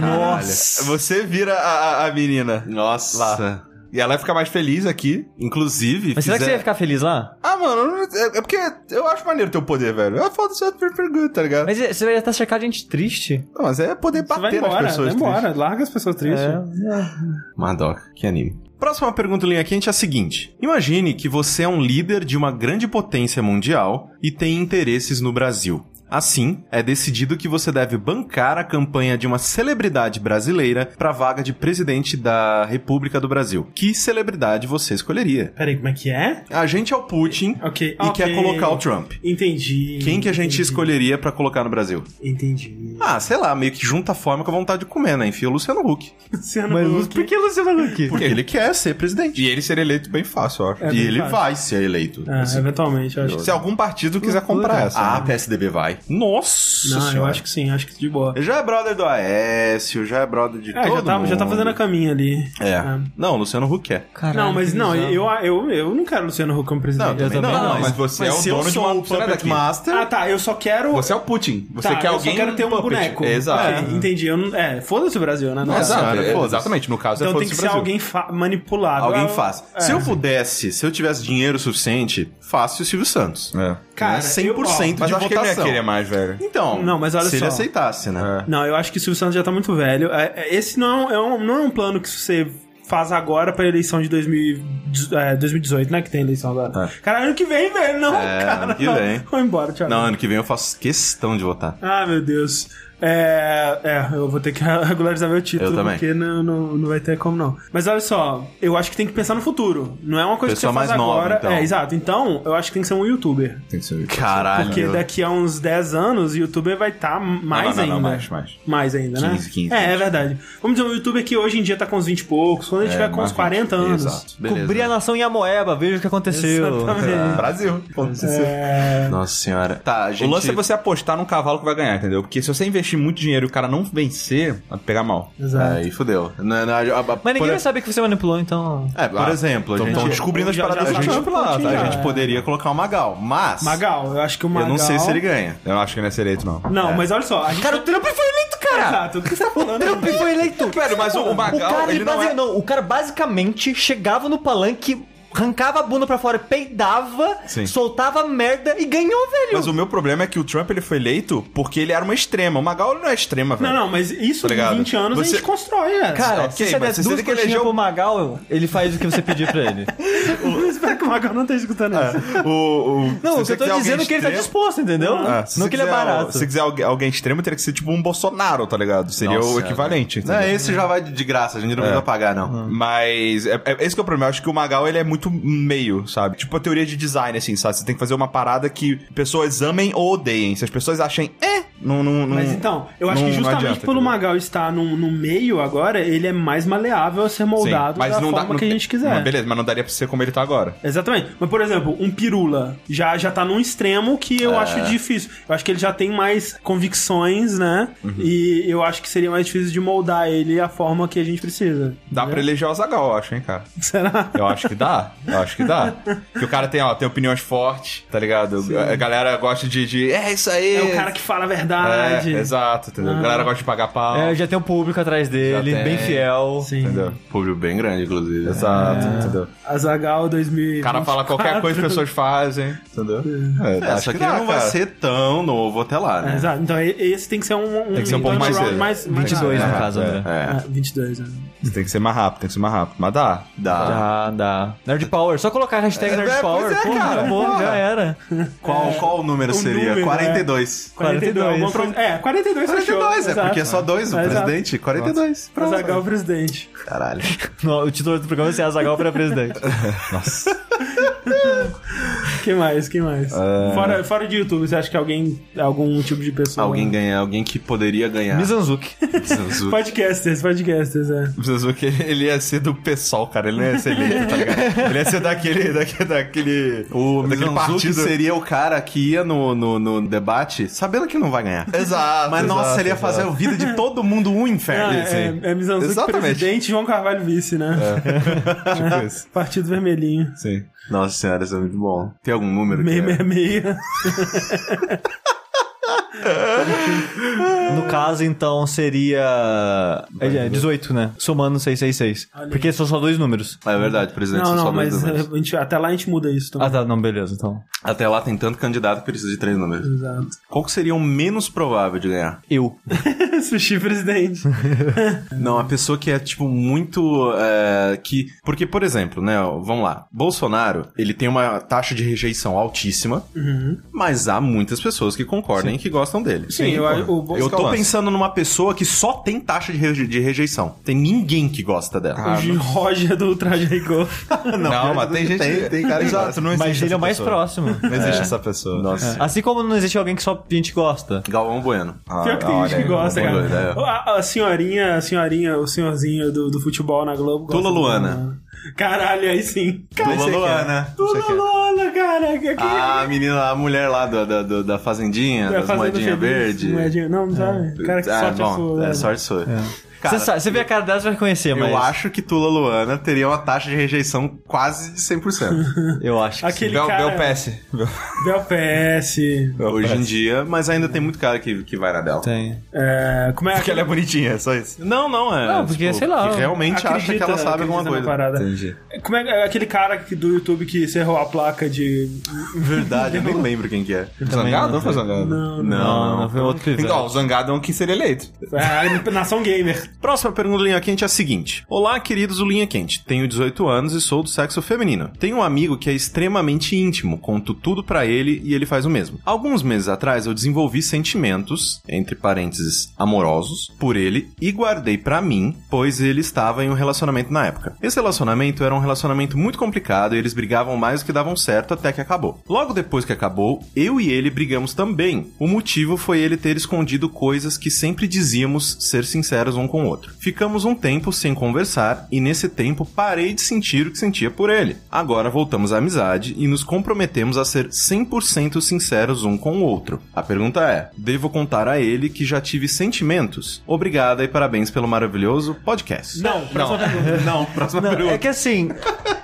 [SPEAKER 4] Nossa!
[SPEAKER 3] Você vira a, a- a menina.
[SPEAKER 1] Nossa.
[SPEAKER 3] Lá. E ela vai ficar mais feliz aqui.
[SPEAKER 1] Inclusive,
[SPEAKER 4] Mas será que você
[SPEAKER 1] fizer-
[SPEAKER 4] ia ficar feliz lá?
[SPEAKER 3] Ah, mano, é, é porque eu acho maneiro teu poder, velho. É foda se é super good, tá ligado?
[SPEAKER 4] Mas você ia estar cercado de gente triste.
[SPEAKER 3] Não, mas é poder
[SPEAKER 2] Você vai
[SPEAKER 3] bater
[SPEAKER 2] embora,
[SPEAKER 3] nas pessoas.
[SPEAKER 2] vai embora. Larga as pessoas tristes. É.
[SPEAKER 4] É.
[SPEAKER 1] Madoka, que anime. Próxima pergunta linha quente é a seguinte: Imagine que você é um líder de uma grande potência mundial e tem interesses no Brasil. Assim, é decidido que você deve bancar a campanha de uma celebridade brasileira para vaga de presidente da República do Brasil. Que celebridade você escolheria?
[SPEAKER 2] Peraí, como é que é?
[SPEAKER 1] A gente é o Putin
[SPEAKER 2] Ok.
[SPEAKER 1] e quer colocar o Trump.
[SPEAKER 2] Entendi.
[SPEAKER 1] Quem que a gente
[SPEAKER 2] entendi,
[SPEAKER 1] escolheria pra colocar no Brasil?
[SPEAKER 2] Entendi.
[SPEAKER 1] Ah, sei lá, meio que junta a fome com a vontade de comer, né? Enfia o Luciano Huck.
[SPEAKER 2] Luciano
[SPEAKER 4] Mas
[SPEAKER 2] Huck.
[SPEAKER 4] por que Luciano Huck?
[SPEAKER 1] Porque ele quer ser presidente.
[SPEAKER 3] E ele seria eleito bem fácil, eu acho.
[SPEAKER 2] É
[SPEAKER 1] e
[SPEAKER 2] bem
[SPEAKER 1] ele
[SPEAKER 2] fácil.
[SPEAKER 1] vai ser eleito.
[SPEAKER 2] É,
[SPEAKER 1] Assim,
[SPEAKER 2] eventualmente, eu acho.
[SPEAKER 3] Se algum partido quiser comprar essa.
[SPEAKER 1] Ah,
[SPEAKER 3] né?
[SPEAKER 1] PSDB vai. Nossa
[SPEAKER 2] Não, eu
[SPEAKER 1] senhora.
[SPEAKER 2] acho que sim, acho que de boa.
[SPEAKER 1] Ele já é brother do Aécio, já é brother de
[SPEAKER 2] É,
[SPEAKER 1] todo
[SPEAKER 2] já tá,
[SPEAKER 1] mundo.
[SPEAKER 2] já tá fazendo a caminha ali.
[SPEAKER 1] É.
[SPEAKER 2] É.
[SPEAKER 1] Não, o Luciano Huck é.
[SPEAKER 4] Caralho,
[SPEAKER 2] não, mas
[SPEAKER 4] que
[SPEAKER 2] não,
[SPEAKER 4] bizarro.
[SPEAKER 2] eu, eu, eu não quero Luciano Huck como presidente.
[SPEAKER 4] Eu também não,
[SPEAKER 3] mas você é o
[SPEAKER 1] se
[SPEAKER 3] dono
[SPEAKER 1] eu
[SPEAKER 3] de
[SPEAKER 1] sou
[SPEAKER 3] uma-
[SPEAKER 1] o
[SPEAKER 3] você não é
[SPEAKER 1] Puppet
[SPEAKER 3] daqui.
[SPEAKER 1] Master...
[SPEAKER 2] Ah, tá, eu só quero.
[SPEAKER 3] Você é o Putin. Você
[SPEAKER 2] tá,
[SPEAKER 3] quer
[SPEAKER 2] eu
[SPEAKER 3] alguém.
[SPEAKER 2] só quero ter um
[SPEAKER 3] puppet.
[SPEAKER 2] boneco.
[SPEAKER 3] Exato.
[SPEAKER 2] É, entendi. Eu não... É, foda-se o Brasil, né? Não,
[SPEAKER 1] Exato.
[SPEAKER 3] Exato,
[SPEAKER 1] Cara,
[SPEAKER 3] é,
[SPEAKER 1] foda-se.
[SPEAKER 3] exatamente. No caso, é
[SPEAKER 2] Então tem
[SPEAKER 3] foda-se
[SPEAKER 2] que
[SPEAKER 3] o
[SPEAKER 2] ser
[SPEAKER 3] Brasil.
[SPEAKER 2] alguém fa- manipulado.
[SPEAKER 1] Alguém
[SPEAKER 2] Eu-
[SPEAKER 1] faz.
[SPEAKER 2] É.
[SPEAKER 1] Se eu pudesse, se eu tivesse dinheiro suficiente, faço o Silvio Santos.
[SPEAKER 3] É.
[SPEAKER 2] Cara,
[SPEAKER 1] Né? 100%
[SPEAKER 3] Mas
[SPEAKER 1] de
[SPEAKER 3] eu acho que ele não ia
[SPEAKER 1] votação.
[SPEAKER 3] querer mais, velho.
[SPEAKER 1] Então,
[SPEAKER 2] Não, mas olha
[SPEAKER 1] se ele
[SPEAKER 2] só.
[SPEAKER 1] aceitasse, né?
[SPEAKER 3] É.
[SPEAKER 2] Não, eu acho que o Silvio Santos já tá muito velho. É, é, Esse não é um, não é um plano que você faz agora pra eleição de 2000 e- é, 2018, né? Que tem eleição agora. Cara, ano que vem, velho. Não,
[SPEAKER 1] É,
[SPEAKER 2] cara.
[SPEAKER 1] ano que
[SPEAKER 2] não.
[SPEAKER 1] vem.
[SPEAKER 2] Vou embora, tchau.
[SPEAKER 1] Não, ano que vem eu faço questão de votar.
[SPEAKER 2] Ah, meu Deus. É, é, eu vou ter que regularizar meu título,
[SPEAKER 1] Eu também.
[SPEAKER 2] porque não, não, não vai ter como não. Mas olha só, eu acho que tem que pensar no futuro. Não é uma coisa
[SPEAKER 1] Pessoa
[SPEAKER 2] que você faz
[SPEAKER 1] mais nova,
[SPEAKER 2] agora.
[SPEAKER 1] então.
[SPEAKER 2] É, exato. Então, eu acho que tem que ser um youtuber.
[SPEAKER 3] Tem que ser.
[SPEAKER 1] Caralho.
[SPEAKER 2] Porque daqui a uns 10 anos, o youtuber vai estar mais
[SPEAKER 3] não, não,
[SPEAKER 2] ainda.
[SPEAKER 3] não, mais, mais.
[SPEAKER 2] Mais ainda, né?
[SPEAKER 3] 15, 15,
[SPEAKER 2] É, é verdade. Vamos dizer, um youtuber que hoje em dia tá com uns 20 e poucos, quando ele tiver com
[SPEAKER 3] É, mais
[SPEAKER 2] uns 40 anos.
[SPEAKER 3] Exato.
[SPEAKER 1] Beleza.
[SPEAKER 4] Cobri a nação em Amoeba, veja o que aconteceu.
[SPEAKER 2] Exatamente.
[SPEAKER 3] Brasil.
[SPEAKER 1] Nossa senhora. Tá, a gente...
[SPEAKER 3] O lance é você apostar num cavalo que vai ganhar, entendeu? Porque se você investir muito dinheiro e o cara não vencer, vai pegar mal.
[SPEAKER 2] Exato.
[SPEAKER 1] Aí fodeu. Não, não, a- a-
[SPEAKER 4] Mas ninguém
[SPEAKER 1] por-
[SPEAKER 4] vai saber que você manipulou, então.
[SPEAKER 1] É, por
[SPEAKER 3] Ah,
[SPEAKER 1] exemplo, a
[SPEAKER 3] Então
[SPEAKER 1] gente...
[SPEAKER 3] estão descobrindo as
[SPEAKER 2] Já-
[SPEAKER 3] paradas
[SPEAKER 2] já
[SPEAKER 3] do
[SPEAKER 2] sabe
[SPEAKER 3] Trump lá,
[SPEAKER 2] um
[SPEAKER 3] tá,
[SPEAKER 1] A
[SPEAKER 2] pouquinho,
[SPEAKER 3] gente?
[SPEAKER 1] gente poderia colocar o Magal, mas.
[SPEAKER 2] Magal, eu acho que o
[SPEAKER 1] Eu
[SPEAKER 2] Magal...
[SPEAKER 1] não sei se ele ganha.
[SPEAKER 3] Eu não acho que ele ia ser eleito, não.
[SPEAKER 2] Não, mas olha só. A gente...
[SPEAKER 4] Cara, o Trump foi eleito, cara!
[SPEAKER 2] Exato, o que você tá falando?
[SPEAKER 4] Trump foi eleito!
[SPEAKER 3] Velho, mas o- o Magal,
[SPEAKER 4] o cara,
[SPEAKER 3] ele não
[SPEAKER 4] base-
[SPEAKER 3] é-
[SPEAKER 4] não, o cara basicamente chegava no palanque, arrancava a bunda pra fora, peidava,
[SPEAKER 3] Sim.
[SPEAKER 4] soltava merda e ganhou, velho!
[SPEAKER 3] Mas o meu problema é que o Trump ele foi eleito porque ele era uma extrema. O Magal ele não é extrema, velho.
[SPEAKER 2] Não, não, mas isso
[SPEAKER 3] Tá ligado?
[SPEAKER 2] em 20 anos a
[SPEAKER 3] Você-
[SPEAKER 2] gente constrói, é.
[SPEAKER 4] Cara,
[SPEAKER 3] ok,
[SPEAKER 4] se você
[SPEAKER 3] mas
[SPEAKER 4] der
[SPEAKER 3] se você
[SPEAKER 4] duas
[SPEAKER 3] tem que é
[SPEAKER 4] coxinhas
[SPEAKER 3] eleger o-
[SPEAKER 4] pro Magal, ele faz o que você pedir pra ele.
[SPEAKER 2] Eu espero que o Magal não esteja escutando
[SPEAKER 3] É,
[SPEAKER 2] isso.
[SPEAKER 3] O, o-
[SPEAKER 4] Não,
[SPEAKER 3] se
[SPEAKER 4] o que
[SPEAKER 3] você
[SPEAKER 4] eu tô
[SPEAKER 3] quiser alguém
[SPEAKER 4] dizendo é que ele tá
[SPEAKER 3] extremo-
[SPEAKER 4] disposto, entendeu?
[SPEAKER 3] Ah, se
[SPEAKER 4] não
[SPEAKER 3] você
[SPEAKER 4] que ele é
[SPEAKER 3] quiser-
[SPEAKER 4] barato.
[SPEAKER 3] Se você quiser algu- alguém extremo, teria que ser tipo um Bolsonaro, tá ligado? Seria
[SPEAKER 1] Nossa,
[SPEAKER 3] o equivalente.
[SPEAKER 1] Não,
[SPEAKER 3] entendeu?
[SPEAKER 1] esse já vai de de graça, a gente não vai pagar, não.
[SPEAKER 3] Mas é, é- esse que é o problema. Eu acho que o Magal ele é muito meio, sabe? Tipo a teoria de design, assim, sabe? Você tem que fazer uma parada que pessoas amem ou odeiem. Se as pessoas achem, é, não. não, não
[SPEAKER 2] Mas então, eu acho
[SPEAKER 3] não-
[SPEAKER 2] que
[SPEAKER 3] não
[SPEAKER 2] justamente
[SPEAKER 3] adianta,
[SPEAKER 2] pelo
[SPEAKER 3] entendeu?
[SPEAKER 2] Magal estar no, no meio agora, ele é mais maleável a ser
[SPEAKER 3] Sim,
[SPEAKER 2] é moldado da
[SPEAKER 3] dá-
[SPEAKER 2] forma que a gente quiser.
[SPEAKER 3] Mas beleza, mas não daria pra ser como ele tá agora.
[SPEAKER 2] Exatamente. Mas, por exemplo, um pirula já, já tá num extremo que
[SPEAKER 3] É.
[SPEAKER 2] eu acho difícil. Eu acho que ele já tem mais convicções, né?
[SPEAKER 3] Uhum.
[SPEAKER 2] E eu acho que seria mais difícil de moldar ele a forma que a gente precisa.
[SPEAKER 3] Dá pra eleger o Zagal, eu acho, hein, cara.
[SPEAKER 2] Será?
[SPEAKER 3] Eu acho que dá. Eu acho que dá. Porque o cara tem, ó, tem opiniões fortes, tá ligado? A galera gosta de, de, É isso aí.
[SPEAKER 2] É o cara que fala a
[SPEAKER 3] É,
[SPEAKER 2] verdade. Assim,
[SPEAKER 3] exato, entendeu? A galera gosta de pagar pau.
[SPEAKER 4] É, já tem um público atrás dele,
[SPEAKER 3] Já tem.
[SPEAKER 4] bem fiel.
[SPEAKER 2] Sim.
[SPEAKER 3] Entendeu?
[SPEAKER 1] Público bem grande, inclusive. né?
[SPEAKER 3] Exato,
[SPEAKER 2] É.
[SPEAKER 3] entendeu?
[SPEAKER 2] A Zagal 2000.
[SPEAKER 3] O cara fala qualquer coisa, as pessoas fazem, entendeu? É,
[SPEAKER 1] É, só que ele não vai ser tão novo até lá, né?
[SPEAKER 2] Exato. Então e- esse tem que ser um. um
[SPEAKER 3] Tem que ser um pouco mais
[SPEAKER 2] turnaround
[SPEAKER 3] cedo.
[SPEAKER 2] mais, mais
[SPEAKER 4] 22,
[SPEAKER 2] rápido.
[SPEAKER 4] no caso,
[SPEAKER 3] é,
[SPEAKER 4] André.
[SPEAKER 1] É,
[SPEAKER 2] Ah, 22, né?
[SPEAKER 3] Tem que ser mais rápido, tem que ser mais rápido. Mas dá.
[SPEAKER 1] dá.
[SPEAKER 4] Dá, dá. Nerd Power, só colocar a hashtag
[SPEAKER 3] Ah. É,
[SPEAKER 4] Nerd
[SPEAKER 3] é,
[SPEAKER 4] Power,
[SPEAKER 3] pois é,
[SPEAKER 4] pô,
[SPEAKER 3] cara,
[SPEAKER 4] acabou,
[SPEAKER 3] porra.
[SPEAKER 4] já era.
[SPEAKER 1] Qual, qual o número
[SPEAKER 2] Um
[SPEAKER 1] seria?
[SPEAKER 2] número,
[SPEAKER 1] 42.
[SPEAKER 4] 42,
[SPEAKER 2] alguma coisa. É, 42 fechou.
[SPEAKER 1] 42, é,
[SPEAKER 2] exato.
[SPEAKER 1] porque é só dois, o
[SPEAKER 2] Exato.
[SPEAKER 1] presidente. 42. Pronto.
[SPEAKER 2] Azaghal é o presidente.
[SPEAKER 1] Caralho.
[SPEAKER 4] Não, o título do programa vai ser Azagal para presidente.
[SPEAKER 2] Que mais, que mais?
[SPEAKER 3] É.
[SPEAKER 2] Fora, fora de YouTube, você acha que alguém, algum tipo de pessoa...
[SPEAKER 1] Alguém ganha, alguém que poderia ganhar.
[SPEAKER 4] Mizanzuki.
[SPEAKER 1] Mizanzuki.
[SPEAKER 2] Podcasters, podcasters, é.
[SPEAKER 3] O Suzuki, ele ia ser do PSOL, cara. Ele não ia ser eleito, tá ligado? Ele ia ser daquele. daquele, daquele
[SPEAKER 1] O
[SPEAKER 3] daquele
[SPEAKER 1] Mizanzuki
[SPEAKER 3] partido.
[SPEAKER 1] seria o cara que ia no, no, no debate sabendo que não vai ganhar.
[SPEAKER 3] Exato.
[SPEAKER 1] Mas nossa,
[SPEAKER 3] exato,
[SPEAKER 1] ele ia
[SPEAKER 3] exato.
[SPEAKER 1] fazer a vida de todo mundo um inferno.
[SPEAKER 2] Ah,
[SPEAKER 1] assim.
[SPEAKER 2] é, é Mizanzuki
[SPEAKER 3] Exatamente.
[SPEAKER 2] presidente, João Carvalho vice, né?
[SPEAKER 3] Tipo isso.
[SPEAKER 2] Partido Vermelhinho.
[SPEAKER 3] Sim.
[SPEAKER 1] Nossa senhora, isso é muito bom. Tem algum número? que é-
[SPEAKER 2] 666.
[SPEAKER 4] No caso, então, seria. É, 18, né? Somando 666.
[SPEAKER 2] Olha aí.
[SPEAKER 4] Porque são só dois números.
[SPEAKER 1] É verdade, presidente.
[SPEAKER 2] Não,
[SPEAKER 1] são só
[SPEAKER 2] não,
[SPEAKER 1] dois
[SPEAKER 2] mas é,
[SPEAKER 1] números.
[SPEAKER 2] a gente- até lá a gente muda isso também.
[SPEAKER 4] Ah, tá, não, beleza, então.
[SPEAKER 1] Até lá tem tanto candidato que precisa de três
[SPEAKER 3] Ah.
[SPEAKER 1] números.
[SPEAKER 2] Exato.
[SPEAKER 1] Qual que seria o menos provável de ganhar?
[SPEAKER 4] Eu.
[SPEAKER 2] Sushi presidente.
[SPEAKER 1] Não, a pessoa que é, tipo, muito. é, que. Porque, por exemplo, né? ó, Vamos lá. Bolsonaro, ele tem uma taxa de rejeição altíssima, mas há muitas pessoas que concordam e que gostam dele.
[SPEAKER 2] Uhum. Sim, eu, acho- o Bolsonaro...
[SPEAKER 1] Eu tô
[SPEAKER 3] Bolsonaro.
[SPEAKER 1] pensando numa pessoa que só tem taxa de, reje- de rejeição. Tem ninguém que gosta
[SPEAKER 3] Ah,
[SPEAKER 1] dela.
[SPEAKER 2] O Gil Roger do Traje Rigor.
[SPEAKER 3] Não, mas tem gente.
[SPEAKER 1] Tem- tem cara que
[SPEAKER 3] Exato,
[SPEAKER 1] gosta.
[SPEAKER 3] não existe.
[SPEAKER 4] Mas ele
[SPEAKER 3] essa
[SPEAKER 4] é o mais
[SPEAKER 3] pessoa.
[SPEAKER 4] próximo.
[SPEAKER 3] Não existe essa pessoa.
[SPEAKER 1] É. Nossa.
[SPEAKER 4] Assim como não existe alguém que só a gente
[SPEAKER 2] É.
[SPEAKER 4] gosta.
[SPEAKER 1] Galvão Bueno.
[SPEAKER 3] Ah,
[SPEAKER 2] Pior que tem
[SPEAKER 3] olha
[SPEAKER 2] gente que
[SPEAKER 3] aí,
[SPEAKER 2] gosta,
[SPEAKER 1] não
[SPEAKER 2] cara.
[SPEAKER 1] tem doido, é.
[SPEAKER 2] A, a senhorinha, a senhorinha, o senhorzinho do, do futebol na Globo. gosta
[SPEAKER 1] Tula
[SPEAKER 2] do
[SPEAKER 1] Luana.
[SPEAKER 2] Bolsonaro. Caralho, aí sim.
[SPEAKER 3] Não sei
[SPEAKER 1] Lula
[SPEAKER 3] quem é.
[SPEAKER 1] Luana.
[SPEAKER 3] Não
[SPEAKER 2] Tula
[SPEAKER 3] sei quem é. Ah,
[SPEAKER 2] Luana, cara. Que, que-
[SPEAKER 1] Ah, A menina, a mulher lá do- da, do- da fazendinha,
[SPEAKER 2] é,
[SPEAKER 1] das
[SPEAKER 2] fazendo
[SPEAKER 1] moedinhas
[SPEAKER 2] feliz,
[SPEAKER 1] verdes.
[SPEAKER 2] moedinha- não, não sabe. Cara, que
[SPEAKER 1] Ah,
[SPEAKER 2] sorte
[SPEAKER 1] bom,
[SPEAKER 2] a sua.
[SPEAKER 1] É,
[SPEAKER 2] né?
[SPEAKER 1] sorte sua. Cara,
[SPEAKER 4] Você sabe- você vê a cara dela, você vai conhecer,
[SPEAKER 1] eu
[SPEAKER 4] mas.
[SPEAKER 1] acho que Tula Luana teria uma taxa de rejeição quase de 100%.
[SPEAKER 4] Eu acho que
[SPEAKER 2] Aquele
[SPEAKER 3] Bel,
[SPEAKER 2] cara...
[SPEAKER 3] Bel Pesce.
[SPEAKER 2] Bel PS.
[SPEAKER 1] hoje em dia, mas ainda tem muito cara que, que vai na dela.
[SPEAKER 4] sim. Tem.
[SPEAKER 2] É, como é
[SPEAKER 3] Porque ela é bonitinha, é só isso.
[SPEAKER 1] Não, não, é.
[SPEAKER 4] Não, porque, sei lá,
[SPEAKER 1] Que realmente acha que
[SPEAKER 2] Acredita,
[SPEAKER 1] ela sabe
[SPEAKER 2] acredita
[SPEAKER 1] alguma
[SPEAKER 2] na
[SPEAKER 1] coisa.
[SPEAKER 2] parada.
[SPEAKER 3] Entendi.
[SPEAKER 2] Como é é aquele cara que- do YouTube que cerrou a placa de.
[SPEAKER 1] Verdade, eu nem lembro quem que é.
[SPEAKER 3] Zangado
[SPEAKER 4] não
[SPEAKER 3] ou foi Zangado?
[SPEAKER 1] Não,
[SPEAKER 4] Não,
[SPEAKER 1] não.
[SPEAKER 4] não, foi outro que
[SPEAKER 3] Então, o Zangado é um que seria eleito.
[SPEAKER 2] Ah, Nação Gamer.
[SPEAKER 1] Próxima pergunta do Linha Quente é a seguinte: Olá, queridos do Linha Quente. Tenho 18 anos e sou do sexo feminino. Tenho um amigo que é extremamente íntimo, conto tudo pra ele e ele faz o mesmo. Alguns meses atrás eu desenvolvi sentimentos, entre parênteses, amorosos, por ele e guardei pra mim, pois ele estava em um relacionamento na época. Esse relacionamento era um relacionamento muito complicado e eles brigavam mais do que davam certo até que acabou. Logo depois que acabou, eu e ele brigamos também. O motivo foi ele ter escondido coisas que sempre dizíamos ser sinceros um com o outro. Ficamos um tempo sem conversar e nesse tempo parei de sentir o que sentia por ele. Agora voltamos à amizade e nos comprometemos a ser 100% sinceros um com o outro. A pergunta é: devo contar a ele que já tive sentimentos? Obrigada e parabéns pelo maravilhoso podcast.
[SPEAKER 2] Não, próxima pergunta.
[SPEAKER 1] Não, próxima
[SPEAKER 4] Não, é que assim,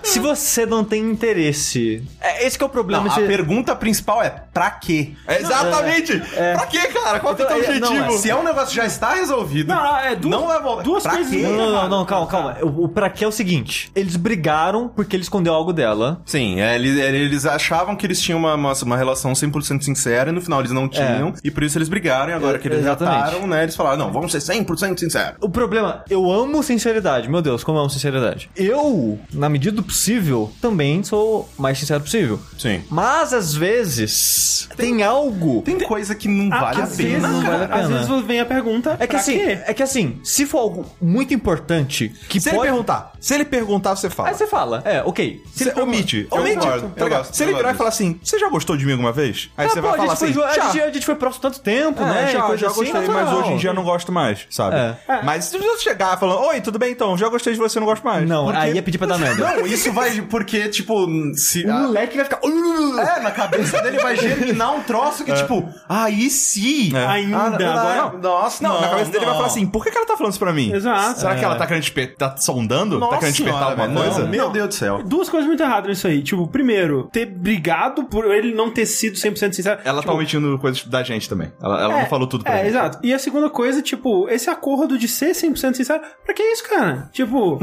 [SPEAKER 4] se você não tem interesse. É, esse que é o problema.
[SPEAKER 1] Não, a
[SPEAKER 4] você-
[SPEAKER 1] pergunta principal é pra quê?
[SPEAKER 3] É, exatamente! Pra quê, cara? Qual que é o teu
[SPEAKER 4] Então, é, não,
[SPEAKER 3] objetivo?
[SPEAKER 4] é-
[SPEAKER 1] Se é um negócio que já está resolvido,
[SPEAKER 2] Não, é duas-
[SPEAKER 1] não vai voltar.
[SPEAKER 2] duas
[SPEAKER 1] pra
[SPEAKER 2] coisas
[SPEAKER 1] quê?
[SPEAKER 2] muito
[SPEAKER 4] Não, não, não, não,
[SPEAKER 2] errado,
[SPEAKER 4] calma,
[SPEAKER 2] cara.
[SPEAKER 4] calma. O, o pra quê é o seguinte: eles brigaram porque ele escondeu algo dela.
[SPEAKER 1] Sim, é, eles, é, eles achavam que eles tinham uma, uma, uma relação 100% sincera e no final eles não tinham. E por isso eles brigaram e agora
[SPEAKER 4] É,
[SPEAKER 1] que eles
[SPEAKER 4] exatamente.
[SPEAKER 1] já taram, né? Eles falaram, não, vamos ser 100% sinceros.
[SPEAKER 4] O problema, eu amo sinceridade. Meu Deus, como eu amo sinceridade. Eu, na medida do possível, também sou o mais sincero possível.
[SPEAKER 1] Sim.
[SPEAKER 4] Mas às vezes tem algo.
[SPEAKER 1] Tem coisa que não vale a
[SPEAKER 2] Ah, às
[SPEAKER 1] pena,
[SPEAKER 2] vezes,
[SPEAKER 4] não
[SPEAKER 1] cara.
[SPEAKER 4] vale a
[SPEAKER 2] Às
[SPEAKER 4] pena.
[SPEAKER 2] vezes vem a pergunta.
[SPEAKER 4] É que
[SPEAKER 2] pra
[SPEAKER 4] assim,
[SPEAKER 2] quê?
[SPEAKER 4] é que assim, se for algo muito importante que
[SPEAKER 3] Se ele
[SPEAKER 4] pode
[SPEAKER 3] perguntar. Se ele perguntar, você fala.
[SPEAKER 4] Aí você fala, é, ok. Se
[SPEAKER 3] Você
[SPEAKER 4] ele pergunta-
[SPEAKER 3] omite.
[SPEAKER 4] Eu
[SPEAKER 3] omite.
[SPEAKER 1] concordo,
[SPEAKER 3] tá
[SPEAKER 1] eu
[SPEAKER 3] ligado?
[SPEAKER 1] gosto,
[SPEAKER 3] Se
[SPEAKER 1] eu
[SPEAKER 3] ele virar
[SPEAKER 1] gosto
[SPEAKER 3] e falar assim, você já gostou de mim alguma vez? Aí
[SPEAKER 4] Ah,
[SPEAKER 3] você
[SPEAKER 4] pô,
[SPEAKER 3] vai falar
[SPEAKER 4] a gente
[SPEAKER 3] assim,
[SPEAKER 4] foi,
[SPEAKER 3] já.
[SPEAKER 4] a, gente, a gente foi próximo tanto tempo, né?
[SPEAKER 3] É, já,
[SPEAKER 4] coisa
[SPEAKER 3] já gostei,
[SPEAKER 4] assim,
[SPEAKER 3] mas
[SPEAKER 4] natural.
[SPEAKER 3] hoje em dia eu não gosto mais, sabe?
[SPEAKER 4] É.
[SPEAKER 3] Mas se você chegar falando, oi, tudo bem então, já gostei de você, não gosto mais.
[SPEAKER 4] Não,
[SPEAKER 3] Porque-
[SPEAKER 4] aí é pedir pra dar merda.
[SPEAKER 1] Não, isso vai. Porque, tipo, se.
[SPEAKER 4] O
[SPEAKER 1] a-
[SPEAKER 4] moleque vai ficar. "Uh,
[SPEAKER 1] é, na cabeça dele vai germinar um troço que, tipo, aí sim.
[SPEAKER 3] É.
[SPEAKER 2] Ainda,
[SPEAKER 1] Ah, não,
[SPEAKER 2] agora.
[SPEAKER 1] não, Nossa,
[SPEAKER 3] Não, na cabeça dele vai falar assim, por que que ela tá falando isso pra mim?
[SPEAKER 2] Exato.
[SPEAKER 3] Será que ela tá querendo desper... tá sondando?
[SPEAKER 1] Nossa
[SPEAKER 3] tá querendo despertar
[SPEAKER 1] senhora,
[SPEAKER 3] alguma
[SPEAKER 1] velho,
[SPEAKER 3] coisa?
[SPEAKER 1] não, Meu
[SPEAKER 2] Não.
[SPEAKER 1] Deus do céu.
[SPEAKER 2] Duas coisas muito erradas nisso aí. Tipo, primeiro, ter brigado por ele não ter sido 100% sincero.
[SPEAKER 3] Ela
[SPEAKER 2] tipo,
[SPEAKER 3] tá omitindo coisas da gente também. Ela, ela
[SPEAKER 2] é,
[SPEAKER 3] não falou tudo pra
[SPEAKER 2] É,
[SPEAKER 3] gente.
[SPEAKER 2] exato. E a segunda coisa, tipo, esse acordo de ser 100% sincero, pra que isso, cara? Tipo,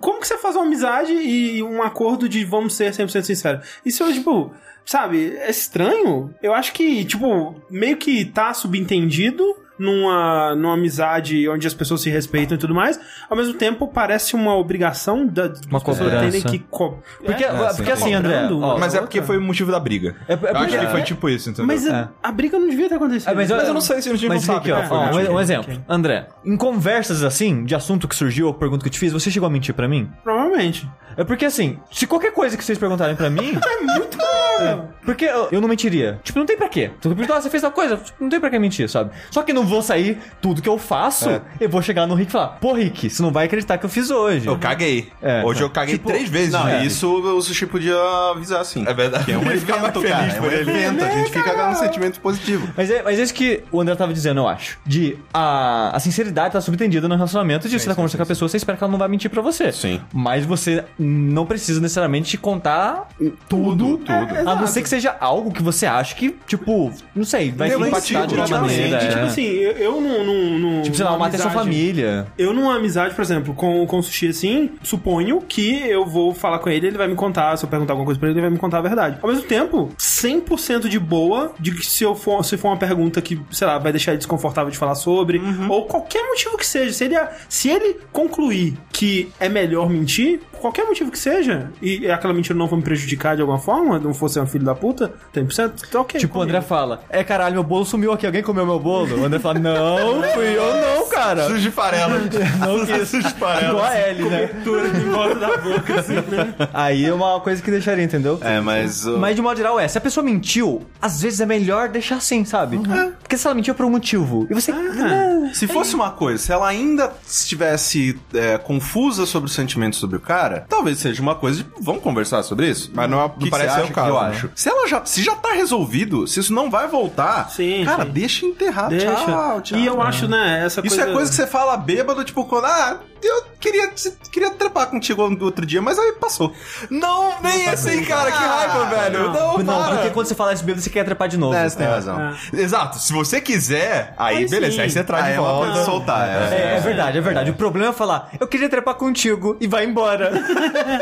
[SPEAKER 2] como que você faz uma amizade e um acordo de vamos ser 100% sincero? Isso é, tipo, sabe, é estranho. Eu acho que, tipo, meio que tá subentendido numa, numa amizade onde as pessoas se respeitam e tudo mais, ao mesmo tempo parece uma obrigação da,
[SPEAKER 4] Uma
[SPEAKER 2] das pessoas
[SPEAKER 4] cobrança.
[SPEAKER 2] terem que co-
[SPEAKER 4] Porque,
[SPEAKER 2] É,
[SPEAKER 3] É, sim,
[SPEAKER 4] porque assim,
[SPEAKER 2] tá
[SPEAKER 4] André.
[SPEAKER 2] cobrando,
[SPEAKER 4] ó,
[SPEAKER 3] Mas é porque foi o motivo da briga.
[SPEAKER 4] É- é porque-
[SPEAKER 3] eu acho que foi
[SPEAKER 4] é.
[SPEAKER 3] tipo isso, entendeu?
[SPEAKER 2] mas a,
[SPEAKER 4] É.
[SPEAKER 2] a briga não devia ter acontecido.
[SPEAKER 4] É, mas eu-
[SPEAKER 3] Mas eu não sei se a gente não
[SPEAKER 4] Mas
[SPEAKER 3] sabe.
[SPEAKER 4] Rick, ó,
[SPEAKER 3] qual foi o
[SPEAKER 4] ó,
[SPEAKER 3] motivo.
[SPEAKER 4] um, um exemplo.
[SPEAKER 2] Ok.
[SPEAKER 4] André, em conversas assim, de assunto que surgiu ou pergunta que eu te fiz, você chegou a mentir pra mim?
[SPEAKER 2] Provavelmente.
[SPEAKER 4] É porque assim, se qualquer coisa que vocês perguntarem pra mim.
[SPEAKER 2] É muito provável.
[SPEAKER 4] Porque eu, eu não mentiria. Tipo, não tem pra quê. Tu pergunta, ah, você fez tal coisa? Tipo, Não tem pra que mentir, sabe? Só que eu não vou sair tudo que eu faço.
[SPEAKER 3] É.
[SPEAKER 4] Eu vou chegar no Rick e falar, pô, Rick, você não vai acreditar que eu fiz hoje.
[SPEAKER 3] Eu caguei.
[SPEAKER 4] É.
[SPEAKER 3] Hoje eu caguei três vezes.
[SPEAKER 1] Não, é.
[SPEAKER 3] né?
[SPEAKER 1] isso o sushi podia avisar sim.
[SPEAKER 3] É verdade.
[SPEAKER 1] Que é um
[SPEAKER 3] Ele fica mais
[SPEAKER 1] evento,
[SPEAKER 3] feliz
[SPEAKER 1] cara. É um
[SPEAKER 3] por ele.
[SPEAKER 1] evento. A gente
[SPEAKER 3] um
[SPEAKER 1] fica num sentimento positivo.
[SPEAKER 4] Mas é, mas é isso que o André tava dizendo, eu acho. De a, a sinceridade tá subentendida no relacionamento de você tá conversando com a pessoa, você espera que ela não vai mentir pra você.
[SPEAKER 1] Sim.
[SPEAKER 4] Mas você não precisa necessariamente contar tudo.
[SPEAKER 1] tudo.
[SPEAKER 4] a não ser que seja algo que você acha que, tipo, não sei, vai
[SPEAKER 3] Deu
[SPEAKER 4] impactar
[SPEAKER 3] sentido,
[SPEAKER 4] de uma
[SPEAKER 3] realmente,
[SPEAKER 4] maneira.
[SPEAKER 2] Tipo
[SPEAKER 4] é.
[SPEAKER 2] assim, eu, eu não, não, não.
[SPEAKER 4] Tipo, sei lá,
[SPEAKER 2] numa
[SPEAKER 4] uma atenção
[SPEAKER 2] amizade-
[SPEAKER 4] família.
[SPEAKER 2] Eu numa amizade, por exemplo, com, com o sushi assim, suponho que eu vou falar com ele, ele vai me contar, se eu perguntar alguma coisa pra ele, ele vai me contar a verdade. Ao mesmo tempo, 100% de boa de que se eu for, se for uma pergunta que, sei lá, vai deixar ele desconfortável de falar sobre,
[SPEAKER 4] Uhum.
[SPEAKER 2] ou qualquer motivo que seja, se ele, se ele concluir que é melhor mentir, por qualquer motivo que seja, e aquela mentira não for me prejudicar de alguma forma, não for ser um filho da puta, 100%, tá ok.
[SPEAKER 4] Tipo, o
[SPEAKER 2] comigo.
[SPEAKER 4] André fala, é caralho, meu bolo sumiu aqui, alguém comeu meu bolo? O André fala, não, fui eu não, cara.
[SPEAKER 3] Sujo de farelo.
[SPEAKER 4] Não quis. Igual a Ellie, né?
[SPEAKER 2] Cobertura em volta da boca, assim, né?
[SPEAKER 4] Aí é uma coisa que deixaria, entendeu?
[SPEAKER 1] É, mas. uh,
[SPEAKER 4] Mas de modo geral é, se a pessoa mentiu, às vezes é melhor deixar assim, sabe?
[SPEAKER 3] Uhum.
[SPEAKER 4] Porque se ela mentiu é por um motivo. E você.
[SPEAKER 3] Ah.
[SPEAKER 1] Se fosse uma coisa, se ela ainda estivesse é, confusa sobre os sentimentos sobre o cara, talvez seja uma coisa de vamos conversar sobre isso.
[SPEAKER 3] Mas não é-
[SPEAKER 1] O que
[SPEAKER 3] não
[SPEAKER 1] que
[SPEAKER 3] parece
[SPEAKER 1] você
[SPEAKER 3] ser o
[SPEAKER 1] acha
[SPEAKER 3] caso,
[SPEAKER 1] que eu
[SPEAKER 3] né?
[SPEAKER 1] acho. Se ela já, se já tá resolvido, se isso não vai voltar,
[SPEAKER 2] Sim,
[SPEAKER 1] cara,
[SPEAKER 2] sim.
[SPEAKER 1] deixa enterrar.
[SPEAKER 2] Deixa.
[SPEAKER 1] Tchau, tchau.
[SPEAKER 2] E eu acho, né, essa
[SPEAKER 1] Isso
[SPEAKER 2] coisa...
[SPEAKER 1] é coisa que você fala bêbado, tipo, quando. Ah, eu queria, queria trepar contigo outro dia, mas aí passou.
[SPEAKER 3] Não vem assim, cara. Que raiva, velho. Não,
[SPEAKER 4] Não,
[SPEAKER 3] para.
[SPEAKER 4] porque quando você fala isso bêbado, você quer atrapar de novo.
[SPEAKER 1] É, você tem
[SPEAKER 4] É.
[SPEAKER 1] razão.
[SPEAKER 2] Ah.
[SPEAKER 3] Exato. Se você quiser, aí
[SPEAKER 2] Mas
[SPEAKER 3] beleza.
[SPEAKER 2] sim.
[SPEAKER 3] Aí você traz
[SPEAKER 1] Aí
[SPEAKER 3] de
[SPEAKER 1] ela
[SPEAKER 3] volta.
[SPEAKER 1] pode soltar.
[SPEAKER 4] É,
[SPEAKER 1] É.
[SPEAKER 4] é verdade, é verdade. O problema é falar, eu queria trepar contigo e vai embora.
[SPEAKER 3] né?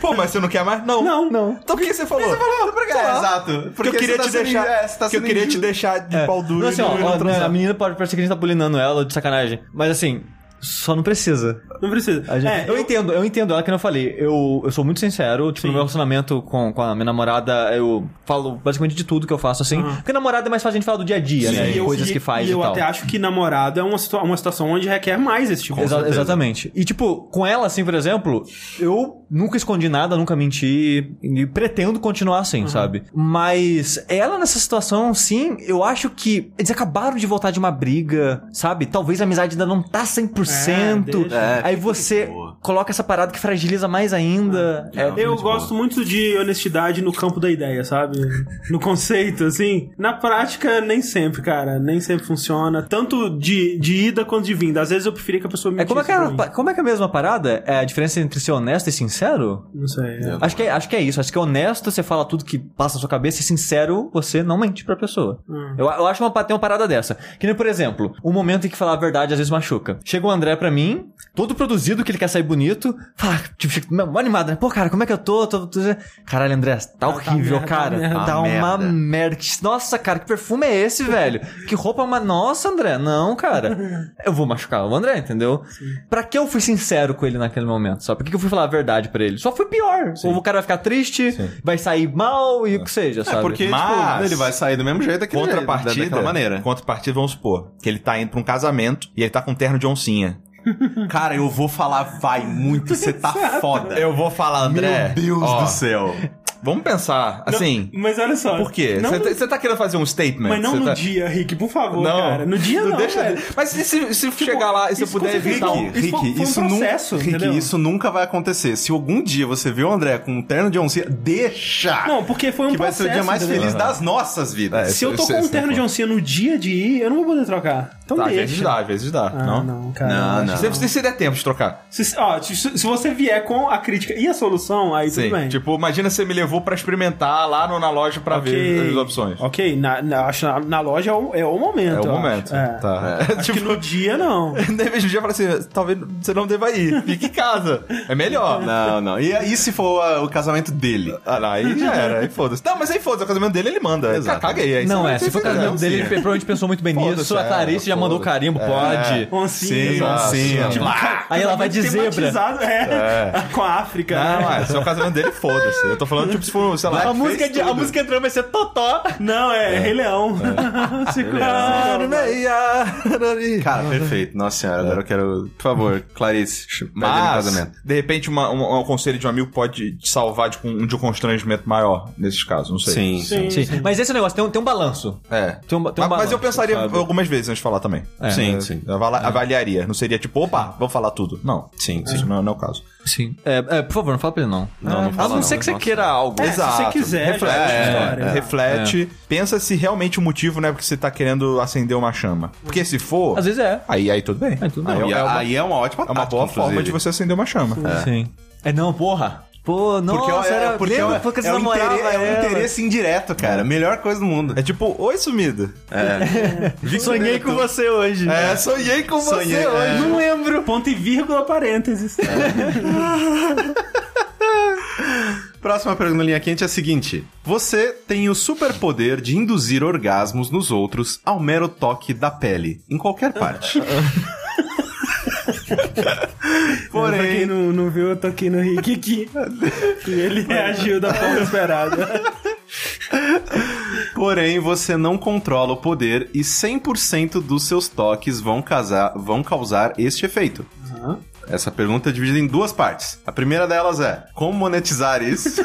[SPEAKER 3] Pô, mas você não quer mais? Não.
[SPEAKER 2] Não.
[SPEAKER 3] Então por que você falou?
[SPEAKER 1] É,
[SPEAKER 3] Sei lá.
[SPEAKER 1] exato.
[SPEAKER 3] Porque eu
[SPEAKER 1] você
[SPEAKER 3] queria
[SPEAKER 1] tá
[SPEAKER 3] te
[SPEAKER 1] sendo-
[SPEAKER 3] deixar.
[SPEAKER 1] é, você tá
[SPEAKER 3] que eu
[SPEAKER 1] sendo
[SPEAKER 3] queria te
[SPEAKER 1] injusto.
[SPEAKER 3] deixar de pau duro.
[SPEAKER 4] Não, assim, ó,
[SPEAKER 3] e não
[SPEAKER 4] ó,
[SPEAKER 3] transar.
[SPEAKER 4] a menina pode parecer que a gente tá bulinando ela de sacanagem. Mas assim, só não precisa.
[SPEAKER 2] Não precisa.
[SPEAKER 4] A gente-
[SPEAKER 2] É,
[SPEAKER 4] eu, entendo, eu entendo ela que eu não falei. Eu, eu sou muito sincero, tipo, no meu relacionamento com, com a minha namorada, eu falo basicamente de tudo que eu faço, assim. Porque namorada é mais fácil a gente falar do dia a dia, né?
[SPEAKER 2] e eu-
[SPEAKER 4] Coisas
[SPEAKER 2] e-
[SPEAKER 4] que faz
[SPEAKER 2] e
[SPEAKER 4] e,
[SPEAKER 2] eu
[SPEAKER 4] tal.
[SPEAKER 2] até acho que namorado é uma, situa- uma situação onde requer mais esse tipo de
[SPEAKER 4] Exa-
[SPEAKER 2] coisa.
[SPEAKER 4] exatamente. E, tipo, com ela, assim, por exemplo, eu nunca escondi nada, nunca menti e pretendo continuar assim, sabe? Mas ela nessa situação, sim, eu acho que eles acabaram de voltar de uma briga, sabe? Talvez a amizade ainda não tá 100%.
[SPEAKER 2] É, deixa.
[SPEAKER 1] É,
[SPEAKER 4] aí
[SPEAKER 1] fica
[SPEAKER 4] você
[SPEAKER 1] de boa.
[SPEAKER 4] coloca essa parada que fragiliza mais ainda. É,
[SPEAKER 2] Eu
[SPEAKER 1] muito
[SPEAKER 2] gosto muito de honestidade no campo da ideia, sabe? No conceito, assim. Na prática, nem sempre, cara. Nem sempre funciona. Tanto de, de ida quanto de vinda. Às vezes eu preferia que a pessoa me
[SPEAKER 4] É como é, que é, a- como é que é a mesma parada? É a diferença entre ser honesto e sincero?
[SPEAKER 2] Não sei. é.
[SPEAKER 4] Acho que, é, acho que é isso. Acho que é honesto, você fala tudo que passa na sua cabeça e sincero, você não mente pra pessoa.
[SPEAKER 2] Ah.
[SPEAKER 4] Eu, eu acho uma, pa- tem uma parada dessa. Que nem, por exemplo, um momento em que falar a verdade às vezes machuca. Chega o André pra mim, todo produzido, que ele quer sair bonito, fala, tipo, fica mó animado, né? Pô, cara, como é que eu tô? Tô- tô- Caralho, André, tá horrível,
[SPEAKER 2] merda,
[SPEAKER 4] cara.
[SPEAKER 2] tá
[SPEAKER 4] Tá,
[SPEAKER 2] merda.
[SPEAKER 1] Tá
[SPEAKER 4] uma
[SPEAKER 1] merda.
[SPEAKER 4] merda. Que- Nossa, cara, que perfume é esse, velho? Que roupa uma. Nossa, André, não, cara. Eu vou machucar o André, entendeu? Pra que eu fui sincero com ele naquele momento? Só por que que eu fui falar a verdade pra ele? Só foi pior. Ou o cara vai ficar triste, vai sair mal e o que seja, sabe?
[SPEAKER 1] Porque, tipo,
[SPEAKER 3] Mas-
[SPEAKER 1] ele vai sair do mesmo jeito daquele jeito, da-
[SPEAKER 3] Contrapartida.
[SPEAKER 1] daquela maneira.
[SPEAKER 3] Contrapartida, vamos supor. Que ele tá indo pra um casamento e ele tá com um terno de oncinha.
[SPEAKER 1] Cara, eu vou falar, vai muito, você tá foda.
[SPEAKER 3] Eu vou falar, André.
[SPEAKER 1] Meu Deus
[SPEAKER 3] ó,
[SPEAKER 1] do céu.
[SPEAKER 3] Vamos pensar, assim.
[SPEAKER 2] Mas olha só.
[SPEAKER 3] Por quê?
[SPEAKER 2] Não,
[SPEAKER 3] Você tá- você tá, querendo fazer um statement?
[SPEAKER 2] mas não
[SPEAKER 3] Você
[SPEAKER 2] no
[SPEAKER 3] tá-
[SPEAKER 2] dia, Rick, por favor, cara. No dia não,
[SPEAKER 3] deixa-
[SPEAKER 2] velho.
[SPEAKER 3] Mas se, se, se chegar lá e se eu
[SPEAKER 2] isso com
[SPEAKER 3] puder
[SPEAKER 2] certeza.
[SPEAKER 3] evitar um...
[SPEAKER 2] Rick, isso foi- foi um
[SPEAKER 1] nun-
[SPEAKER 2] processo,
[SPEAKER 1] Rick,
[SPEAKER 2] entendeu?
[SPEAKER 1] isso nunca vai acontecer. Se algum dia você vê o André com um terno de oncinha, deixa!
[SPEAKER 2] Não, porque foi um
[SPEAKER 1] Ah, que vai
[SPEAKER 2] processo.
[SPEAKER 1] ser o dia mais
[SPEAKER 2] entendeu?
[SPEAKER 1] feliz das nossas vidas.
[SPEAKER 2] Se eu tô
[SPEAKER 3] Esse-
[SPEAKER 2] com
[SPEAKER 1] é
[SPEAKER 2] um
[SPEAKER 3] esse
[SPEAKER 2] terno
[SPEAKER 3] não
[SPEAKER 2] de oncinha no dia de ir, eu não vou poder trocar. Então
[SPEAKER 3] Tá, às
[SPEAKER 2] deixa.
[SPEAKER 3] vezes dá, às vezes dá.
[SPEAKER 2] Ah,
[SPEAKER 3] não?
[SPEAKER 2] não, cara.
[SPEAKER 1] Não, não.
[SPEAKER 3] Se, se, se der tempo de trocar.
[SPEAKER 2] Se, ó, se, se você vier com a crítica e a solução, aí
[SPEAKER 3] Sim.
[SPEAKER 2] tudo bem.
[SPEAKER 3] Tipo, imagina você me levou pra experimentar lá no- na loja pra
[SPEAKER 2] Ok.
[SPEAKER 3] ver as opções.
[SPEAKER 2] Ok, na, na, acho na, na loja é o, é o momento.
[SPEAKER 3] É o
[SPEAKER 2] eu
[SPEAKER 3] momento.
[SPEAKER 2] acho. É.
[SPEAKER 3] Tá. É,
[SPEAKER 2] Acho que no dia, não.
[SPEAKER 3] Daí vejo um dia e falo assim: talvez você não deva ir, fique em casa. É melhor.
[SPEAKER 1] Não, não. E, e se for ah, o casamento dele?
[SPEAKER 3] Ah, não, aí já era, aí foda-se. Não, mas aí foda-se, é o casamento dele ele manda.
[SPEAKER 1] Exato.
[SPEAKER 3] Exato. Caguei, aí
[SPEAKER 4] Não
[SPEAKER 3] você- né?
[SPEAKER 4] é, se for o casamento
[SPEAKER 3] você-
[SPEAKER 4] dele, ele provavelmente pensou muito bem
[SPEAKER 3] Foda-se,
[SPEAKER 4] nisso. A
[SPEAKER 3] é,
[SPEAKER 4] Clarice já mandou o
[SPEAKER 3] foda-se.
[SPEAKER 4] carimbo, pode.
[SPEAKER 2] Oncinha,
[SPEAKER 3] Sim, é.
[SPEAKER 2] nossa.
[SPEAKER 3] oncinha.
[SPEAKER 2] De lá.
[SPEAKER 4] Aí ela vai de
[SPEAKER 2] Tematizado,
[SPEAKER 4] zebra.
[SPEAKER 2] É. Com a África.
[SPEAKER 3] Não,
[SPEAKER 2] né?
[SPEAKER 3] é, se é o casamento dele, foda-se. Eu tô falando, tipo, se for, sei lá.
[SPEAKER 4] A música, de, a música entrando vai ser Totó.
[SPEAKER 2] Não, é, Rei Leão. né? Segura.
[SPEAKER 3] é
[SPEAKER 1] Cara, perfeito. Nossa senhora, agora eu quero. Por favor, Clarice, pede ele em
[SPEAKER 3] Mas,
[SPEAKER 1] casamento.
[SPEAKER 3] de repente, uma- um, um conselho de um amigo pode te salvar de, um, de um constrangimento maior, nesses casos, não sei.
[SPEAKER 1] Sim, sim.
[SPEAKER 2] Sim,
[SPEAKER 4] Sim,
[SPEAKER 2] sim.
[SPEAKER 4] Mas esse negócio tem um, tem um balanço.
[SPEAKER 3] É.
[SPEAKER 4] Tem um, ba- tem um
[SPEAKER 3] mas, mas
[SPEAKER 4] balanço.
[SPEAKER 3] eu pensaria
[SPEAKER 1] sabe?
[SPEAKER 3] algumas vezes antes de falar também.
[SPEAKER 4] É.
[SPEAKER 1] Sim,
[SPEAKER 3] Eu-
[SPEAKER 1] sim.
[SPEAKER 3] eu avala- avaliaria. Não seria tipo, opa, vamos falar tudo. Não.
[SPEAKER 1] Sim,
[SPEAKER 3] Isso não, é- não é o caso.
[SPEAKER 4] Sim. É, é, por favor, não fala pra ele não.
[SPEAKER 1] Não,
[SPEAKER 2] Ah,
[SPEAKER 1] não
[SPEAKER 4] É,
[SPEAKER 1] fala
[SPEAKER 4] A não
[SPEAKER 1] não,
[SPEAKER 4] ser que você
[SPEAKER 1] nossa.
[SPEAKER 4] queira algo.
[SPEAKER 2] É, se você quiser, já
[SPEAKER 3] reflete,
[SPEAKER 2] é outra
[SPEAKER 3] é,
[SPEAKER 2] história,
[SPEAKER 3] é,
[SPEAKER 2] exato.
[SPEAKER 3] reflete. Pensa se realmente o motivo não é porque você tá querendo acender uma chama. Porque se for,
[SPEAKER 4] Às vezes é.
[SPEAKER 3] aí, aí tudo bem.
[SPEAKER 4] Aí tudo bem.
[SPEAKER 2] né?
[SPEAKER 3] Aí
[SPEAKER 1] E
[SPEAKER 3] é, uma,
[SPEAKER 1] aí é uma ótima
[SPEAKER 3] é uma boa
[SPEAKER 1] tática,
[SPEAKER 3] forma de
[SPEAKER 1] inclusive.
[SPEAKER 3] você acender uma chama.
[SPEAKER 4] Sim. É não, porra. Pô, não,
[SPEAKER 1] Porque, é-
[SPEAKER 4] era,
[SPEAKER 1] porque é,
[SPEAKER 4] lembra
[SPEAKER 1] o-
[SPEAKER 4] porque você
[SPEAKER 1] é o
[SPEAKER 4] namorava
[SPEAKER 1] interesse, é
[SPEAKER 4] ela?
[SPEAKER 1] um interesse indireto, cara. Melhor coisa do mundo.
[SPEAKER 3] É tipo, oi sumida.
[SPEAKER 4] Sonhei com você hoje.
[SPEAKER 3] É, sonhei com
[SPEAKER 1] Sonhei,
[SPEAKER 3] você hoje.
[SPEAKER 1] é.
[SPEAKER 2] Não lembro. Ponto e vírgula, parênteses.
[SPEAKER 1] Próxima pergunta na linha quente é a seguinte: Você tem o superpoder de induzir orgasmos nos outros ao mero toque da pele, em qualquer parte.
[SPEAKER 2] Pra quem
[SPEAKER 1] Porém,
[SPEAKER 2] não, não viu, eu tô aqui no Rick aqui. E ele reagiu da forma esperada.
[SPEAKER 1] porém, você não controla o poder e 100% dos seus toques vão, casar, vão causar este efeito. Essa pergunta é dividida em duas partes. A primeira delas é: como monetizar isso?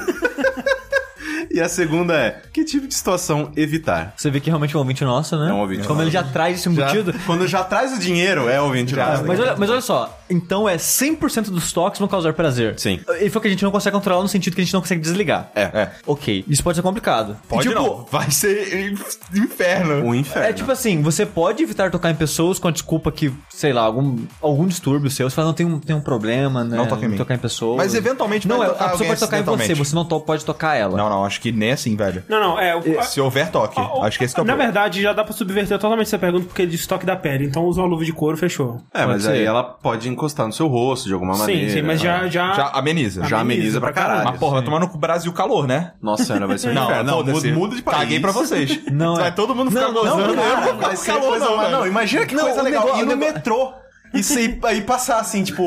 [SPEAKER 1] e a segunda é: que tipo de situação evitar?
[SPEAKER 4] Você vê que realmente é um ouvinte nosso, né?
[SPEAKER 1] É um ouvinte
[SPEAKER 4] Como ele já traz esse
[SPEAKER 1] Já-
[SPEAKER 4] embutido.
[SPEAKER 1] Tá. quando já traz o dinheiro, é ouvinte
[SPEAKER 3] Já,
[SPEAKER 1] nosso, né?
[SPEAKER 4] Mas olha, mas olha só, então é 100% dos toques vão causar prazer.
[SPEAKER 1] Sim.
[SPEAKER 4] E foi o que a gente não consegue controlar no sentido que a gente não consegue desligar.
[SPEAKER 1] É.
[SPEAKER 3] É.
[SPEAKER 4] Ok, isso pode ser complicado.
[SPEAKER 3] Pode
[SPEAKER 4] tipo,
[SPEAKER 3] não. Vai ser inferno.
[SPEAKER 1] O inferno.
[SPEAKER 4] É tipo assim, você pode evitar tocar em pessoas com a desculpa que, sei lá, algum, algum distúrbio seu. Você fala, não, tem um, tem um problema, né?
[SPEAKER 3] Não toca em mim.
[SPEAKER 4] Tocar em pessoas.
[SPEAKER 3] Mas eventualmente
[SPEAKER 4] Não,
[SPEAKER 3] vai
[SPEAKER 4] é,
[SPEAKER 3] tocar
[SPEAKER 4] a pessoa
[SPEAKER 3] alguém
[SPEAKER 4] pode tocar em você,
[SPEAKER 3] acidentalmente.
[SPEAKER 4] você não to- pode tocar ela.
[SPEAKER 3] Não, não, acho que nem assim, velho.
[SPEAKER 2] Não, não, é. o-
[SPEAKER 3] Se houver toque.
[SPEAKER 2] a-
[SPEAKER 3] acho que esse que é o
[SPEAKER 2] Na
[SPEAKER 3] problema.
[SPEAKER 2] verdade, já dá pra subverter totalmente essa pergunta, porque ele disse toque da pele. Então usa uma luva de couro, fechou.
[SPEAKER 1] É, mas
[SPEAKER 4] Pode
[SPEAKER 1] aí
[SPEAKER 4] ser.
[SPEAKER 1] ela pode encostar no seu rosto de alguma maneira. É. né?
[SPEAKER 2] Sim, sim, mas já. já...
[SPEAKER 3] Já ameniza.
[SPEAKER 1] Já ameniza pra caralho.
[SPEAKER 3] Mas, porra, vai tomar no cu Brasil calor, né?
[SPEAKER 1] Nossa senhora, vai ser um inferno.
[SPEAKER 3] foda-se.
[SPEAKER 1] muda- muda de país.
[SPEAKER 3] Caguei pra vocês.
[SPEAKER 4] Não,
[SPEAKER 3] Vai
[SPEAKER 4] é.
[SPEAKER 3] todo mundo ficar
[SPEAKER 4] Não, não,
[SPEAKER 3] gozando. né?
[SPEAKER 4] cara,
[SPEAKER 3] eu não vou ficar
[SPEAKER 1] Vai
[SPEAKER 3] com
[SPEAKER 1] ser calor,
[SPEAKER 3] calor,
[SPEAKER 1] coisa
[SPEAKER 3] não,
[SPEAKER 1] mais...
[SPEAKER 3] velho.
[SPEAKER 1] Não, imagina que
[SPEAKER 4] Não,
[SPEAKER 1] coisa
[SPEAKER 4] o
[SPEAKER 1] legal.
[SPEAKER 4] negócio-
[SPEAKER 1] ir
[SPEAKER 4] o
[SPEAKER 1] no
[SPEAKER 4] negócio-
[SPEAKER 1] metrô e, se, aí passar assim, tipo...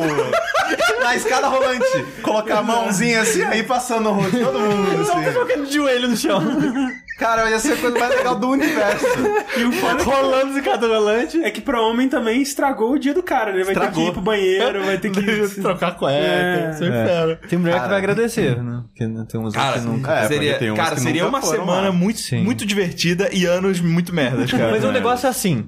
[SPEAKER 1] na escada rolante. Colocar a mãozinha assim, aí passando o rosto de todo mundo. assim.
[SPEAKER 4] Colocando de joelho no chão.
[SPEAKER 1] Cara, ia ser a coisa mais legal do universo.
[SPEAKER 2] E o foda
[SPEAKER 4] Rolando esse cadê rolante.
[SPEAKER 2] é que pra homem também estragou o dia do cara. né? Ele vai ter que
[SPEAKER 1] Estragou.
[SPEAKER 2] ir pro banheiro, vai ter que.
[SPEAKER 3] Trocar cueca,
[SPEAKER 2] É.
[SPEAKER 3] isso é inferno.
[SPEAKER 4] Tem mulher que
[SPEAKER 1] Cara.
[SPEAKER 4] vai agradecer, né? Porque não tem uns
[SPEAKER 3] Cara,
[SPEAKER 4] que nunca.
[SPEAKER 1] É, porque
[SPEAKER 3] seria,
[SPEAKER 1] tem umas
[SPEAKER 3] cara,
[SPEAKER 1] que
[SPEAKER 3] seria
[SPEAKER 1] nunca
[SPEAKER 3] uma
[SPEAKER 1] foram
[SPEAKER 3] semana
[SPEAKER 1] lá.
[SPEAKER 3] muito,
[SPEAKER 4] Sim.
[SPEAKER 3] muito divertida e anos muito merdas, cara.
[SPEAKER 4] Mas o
[SPEAKER 3] Né?
[SPEAKER 4] negócio é assim.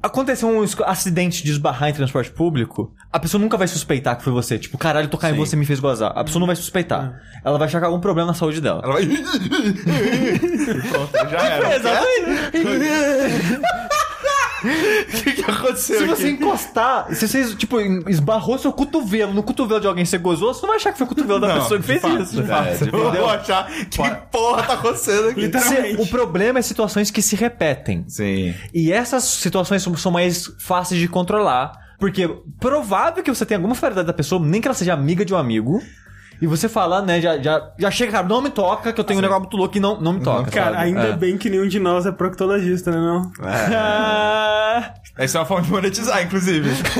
[SPEAKER 4] Aconteceu um esco- acidente de esbarrar em transporte público, a pessoa nunca vai suspeitar que foi você. Tipo, caralho, tocar em você me fez gozar. A pessoa não vai
[SPEAKER 3] Hum.
[SPEAKER 4] suspeitar. Ela vai achar que é algum problema na saúde dela.
[SPEAKER 3] Ela vai... Pronto, já era. É?
[SPEAKER 4] Exatamente.
[SPEAKER 3] O que, que aconteceu
[SPEAKER 4] Se você
[SPEAKER 3] aqui?
[SPEAKER 4] encostar, se você, tipo, esbarrou seu cotovelo no cotovelo de alguém que você gozou, você não vai achar que foi o cotovelo da
[SPEAKER 3] Não,
[SPEAKER 4] pessoa que
[SPEAKER 3] de
[SPEAKER 4] fez
[SPEAKER 3] fato,
[SPEAKER 4] isso.
[SPEAKER 3] de fato.
[SPEAKER 1] É, de
[SPEAKER 3] Eu
[SPEAKER 1] fato.
[SPEAKER 3] vou achar que porra tá acontecendo aqui.
[SPEAKER 2] Literalmente.
[SPEAKER 4] Se- o problema é situações que se repetem.
[SPEAKER 3] Sim.
[SPEAKER 4] E essas situações são- são mais fáceis de controlar, porque é provável que você tenha alguma familiaridade da pessoa, nem que ela seja amiga de um amigo. E você fala, né, já, já, já chega, cara, não me toca, que eu tenho um negócio muito louco e não, não me toca.
[SPEAKER 2] Cara,
[SPEAKER 4] sabe?
[SPEAKER 2] ainda
[SPEAKER 4] É.
[SPEAKER 2] bem que nenhum de nós é proctologista, né? Não?
[SPEAKER 4] Ah,
[SPEAKER 3] Essa é uma forma de monetizar, inclusive.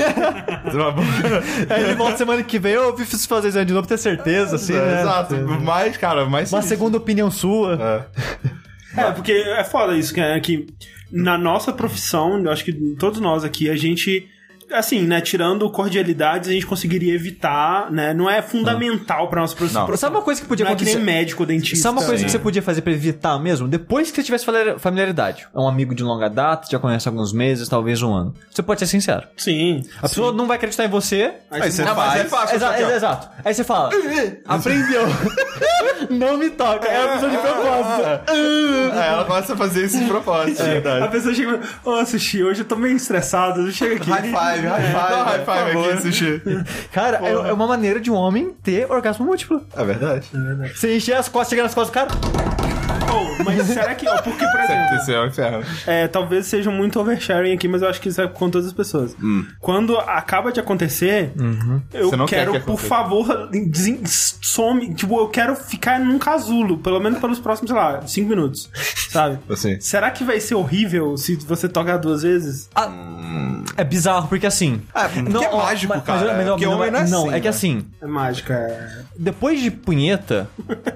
[SPEAKER 4] aí ele volta semana que vem, eu preciso fazer exame de novo, ter certeza, assim, né?
[SPEAKER 3] É, Exato. Mas, cara, mais
[SPEAKER 4] Uma segunda opinião sua.
[SPEAKER 2] É, porque é foda isso, que, é que na nossa profissão, eu acho que todos nós aqui, a gente. Assim, né? Tirando cordialidades, a gente conseguiria evitar, né? Não é fundamental pra nossa profissão.
[SPEAKER 3] Não.
[SPEAKER 2] Não.
[SPEAKER 4] Sabe uma coisa que podia
[SPEAKER 2] é que nem
[SPEAKER 4] acontecer?
[SPEAKER 2] médico, dentista.
[SPEAKER 4] Sabe uma coisa que
[SPEAKER 2] né?
[SPEAKER 4] você podia fazer pra evitar mesmo? Depois que você tivesse familiar- familiaridade. É um amigo de longa data, já conhece há alguns meses, talvez um ano. Você pode ser sincero.
[SPEAKER 2] Sim.
[SPEAKER 4] A pessoa não vai acreditar em você.
[SPEAKER 1] Aí você
[SPEAKER 3] Ah, mas
[SPEAKER 1] faz.
[SPEAKER 3] é fácil,
[SPEAKER 4] Exa-
[SPEAKER 3] aqui, ó.
[SPEAKER 4] exato. Aí você fala. Aprendeu. não me toca. É uma pessoa de propósito.
[SPEAKER 3] Ah, ela gosta de fazer esses propósitos.
[SPEAKER 2] A pessoa chega e fala, ô, Sushi, hoje eu tô meio estressado, chega aqui.
[SPEAKER 1] High
[SPEAKER 3] five, high five. Dá um high
[SPEAKER 1] por
[SPEAKER 3] five aqui,
[SPEAKER 1] favor.
[SPEAKER 3] sushi.
[SPEAKER 4] Cara, é, é uma maneira de um homem ter orgasmo múltiplo.
[SPEAKER 3] É verdade.
[SPEAKER 4] Você encher as costas, chegar nas costas do cara.
[SPEAKER 2] Pô, mas será que. ó, Porque, por exemplo.
[SPEAKER 3] Isso é um ferro.
[SPEAKER 2] É, talvez seja muito oversharing aqui, mas eu acho que isso é com todas as pessoas. Quando acaba de acontecer, eu
[SPEAKER 3] Hum.
[SPEAKER 4] Uhum.
[SPEAKER 3] Você não quer
[SPEAKER 2] quero,
[SPEAKER 3] que
[SPEAKER 2] por
[SPEAKER 3] aconteça.
[SPEAKER 2] favor, desen- some. Tipo, eu quero ficar num casulo, pelo menos pelos próximos, sei lá, cinco minutos, sabe?
[SPEAKER 3] Assim.
[SPEAKER 2] Será que vai ser horrível se você tocar duas vezes?
[SPEAKER 4] Ah, É bizarro, porque assim.
[SPEAKER 3] Ah, porque é
[SPEAKER 4] ó,
[SPEAKER 3] mágico,
[SPEAKER 4] mas-
[SPEAKER 3] cara.
[SPEAKER 4] Mas, mas,
[SPEAKER 3] Porque
[SPEAKER 4] não,
[SPEAKER 3] homem não é
[SPEAKER 4] não,
[SPEAKER 3] assim,
[SPEAKER 4] é que
[SPEAKER 3] né?
[SPEAKER 4] assim,
[SPEAKER 2] É mágica. é.
[SPEAKER 4] depois de punheta,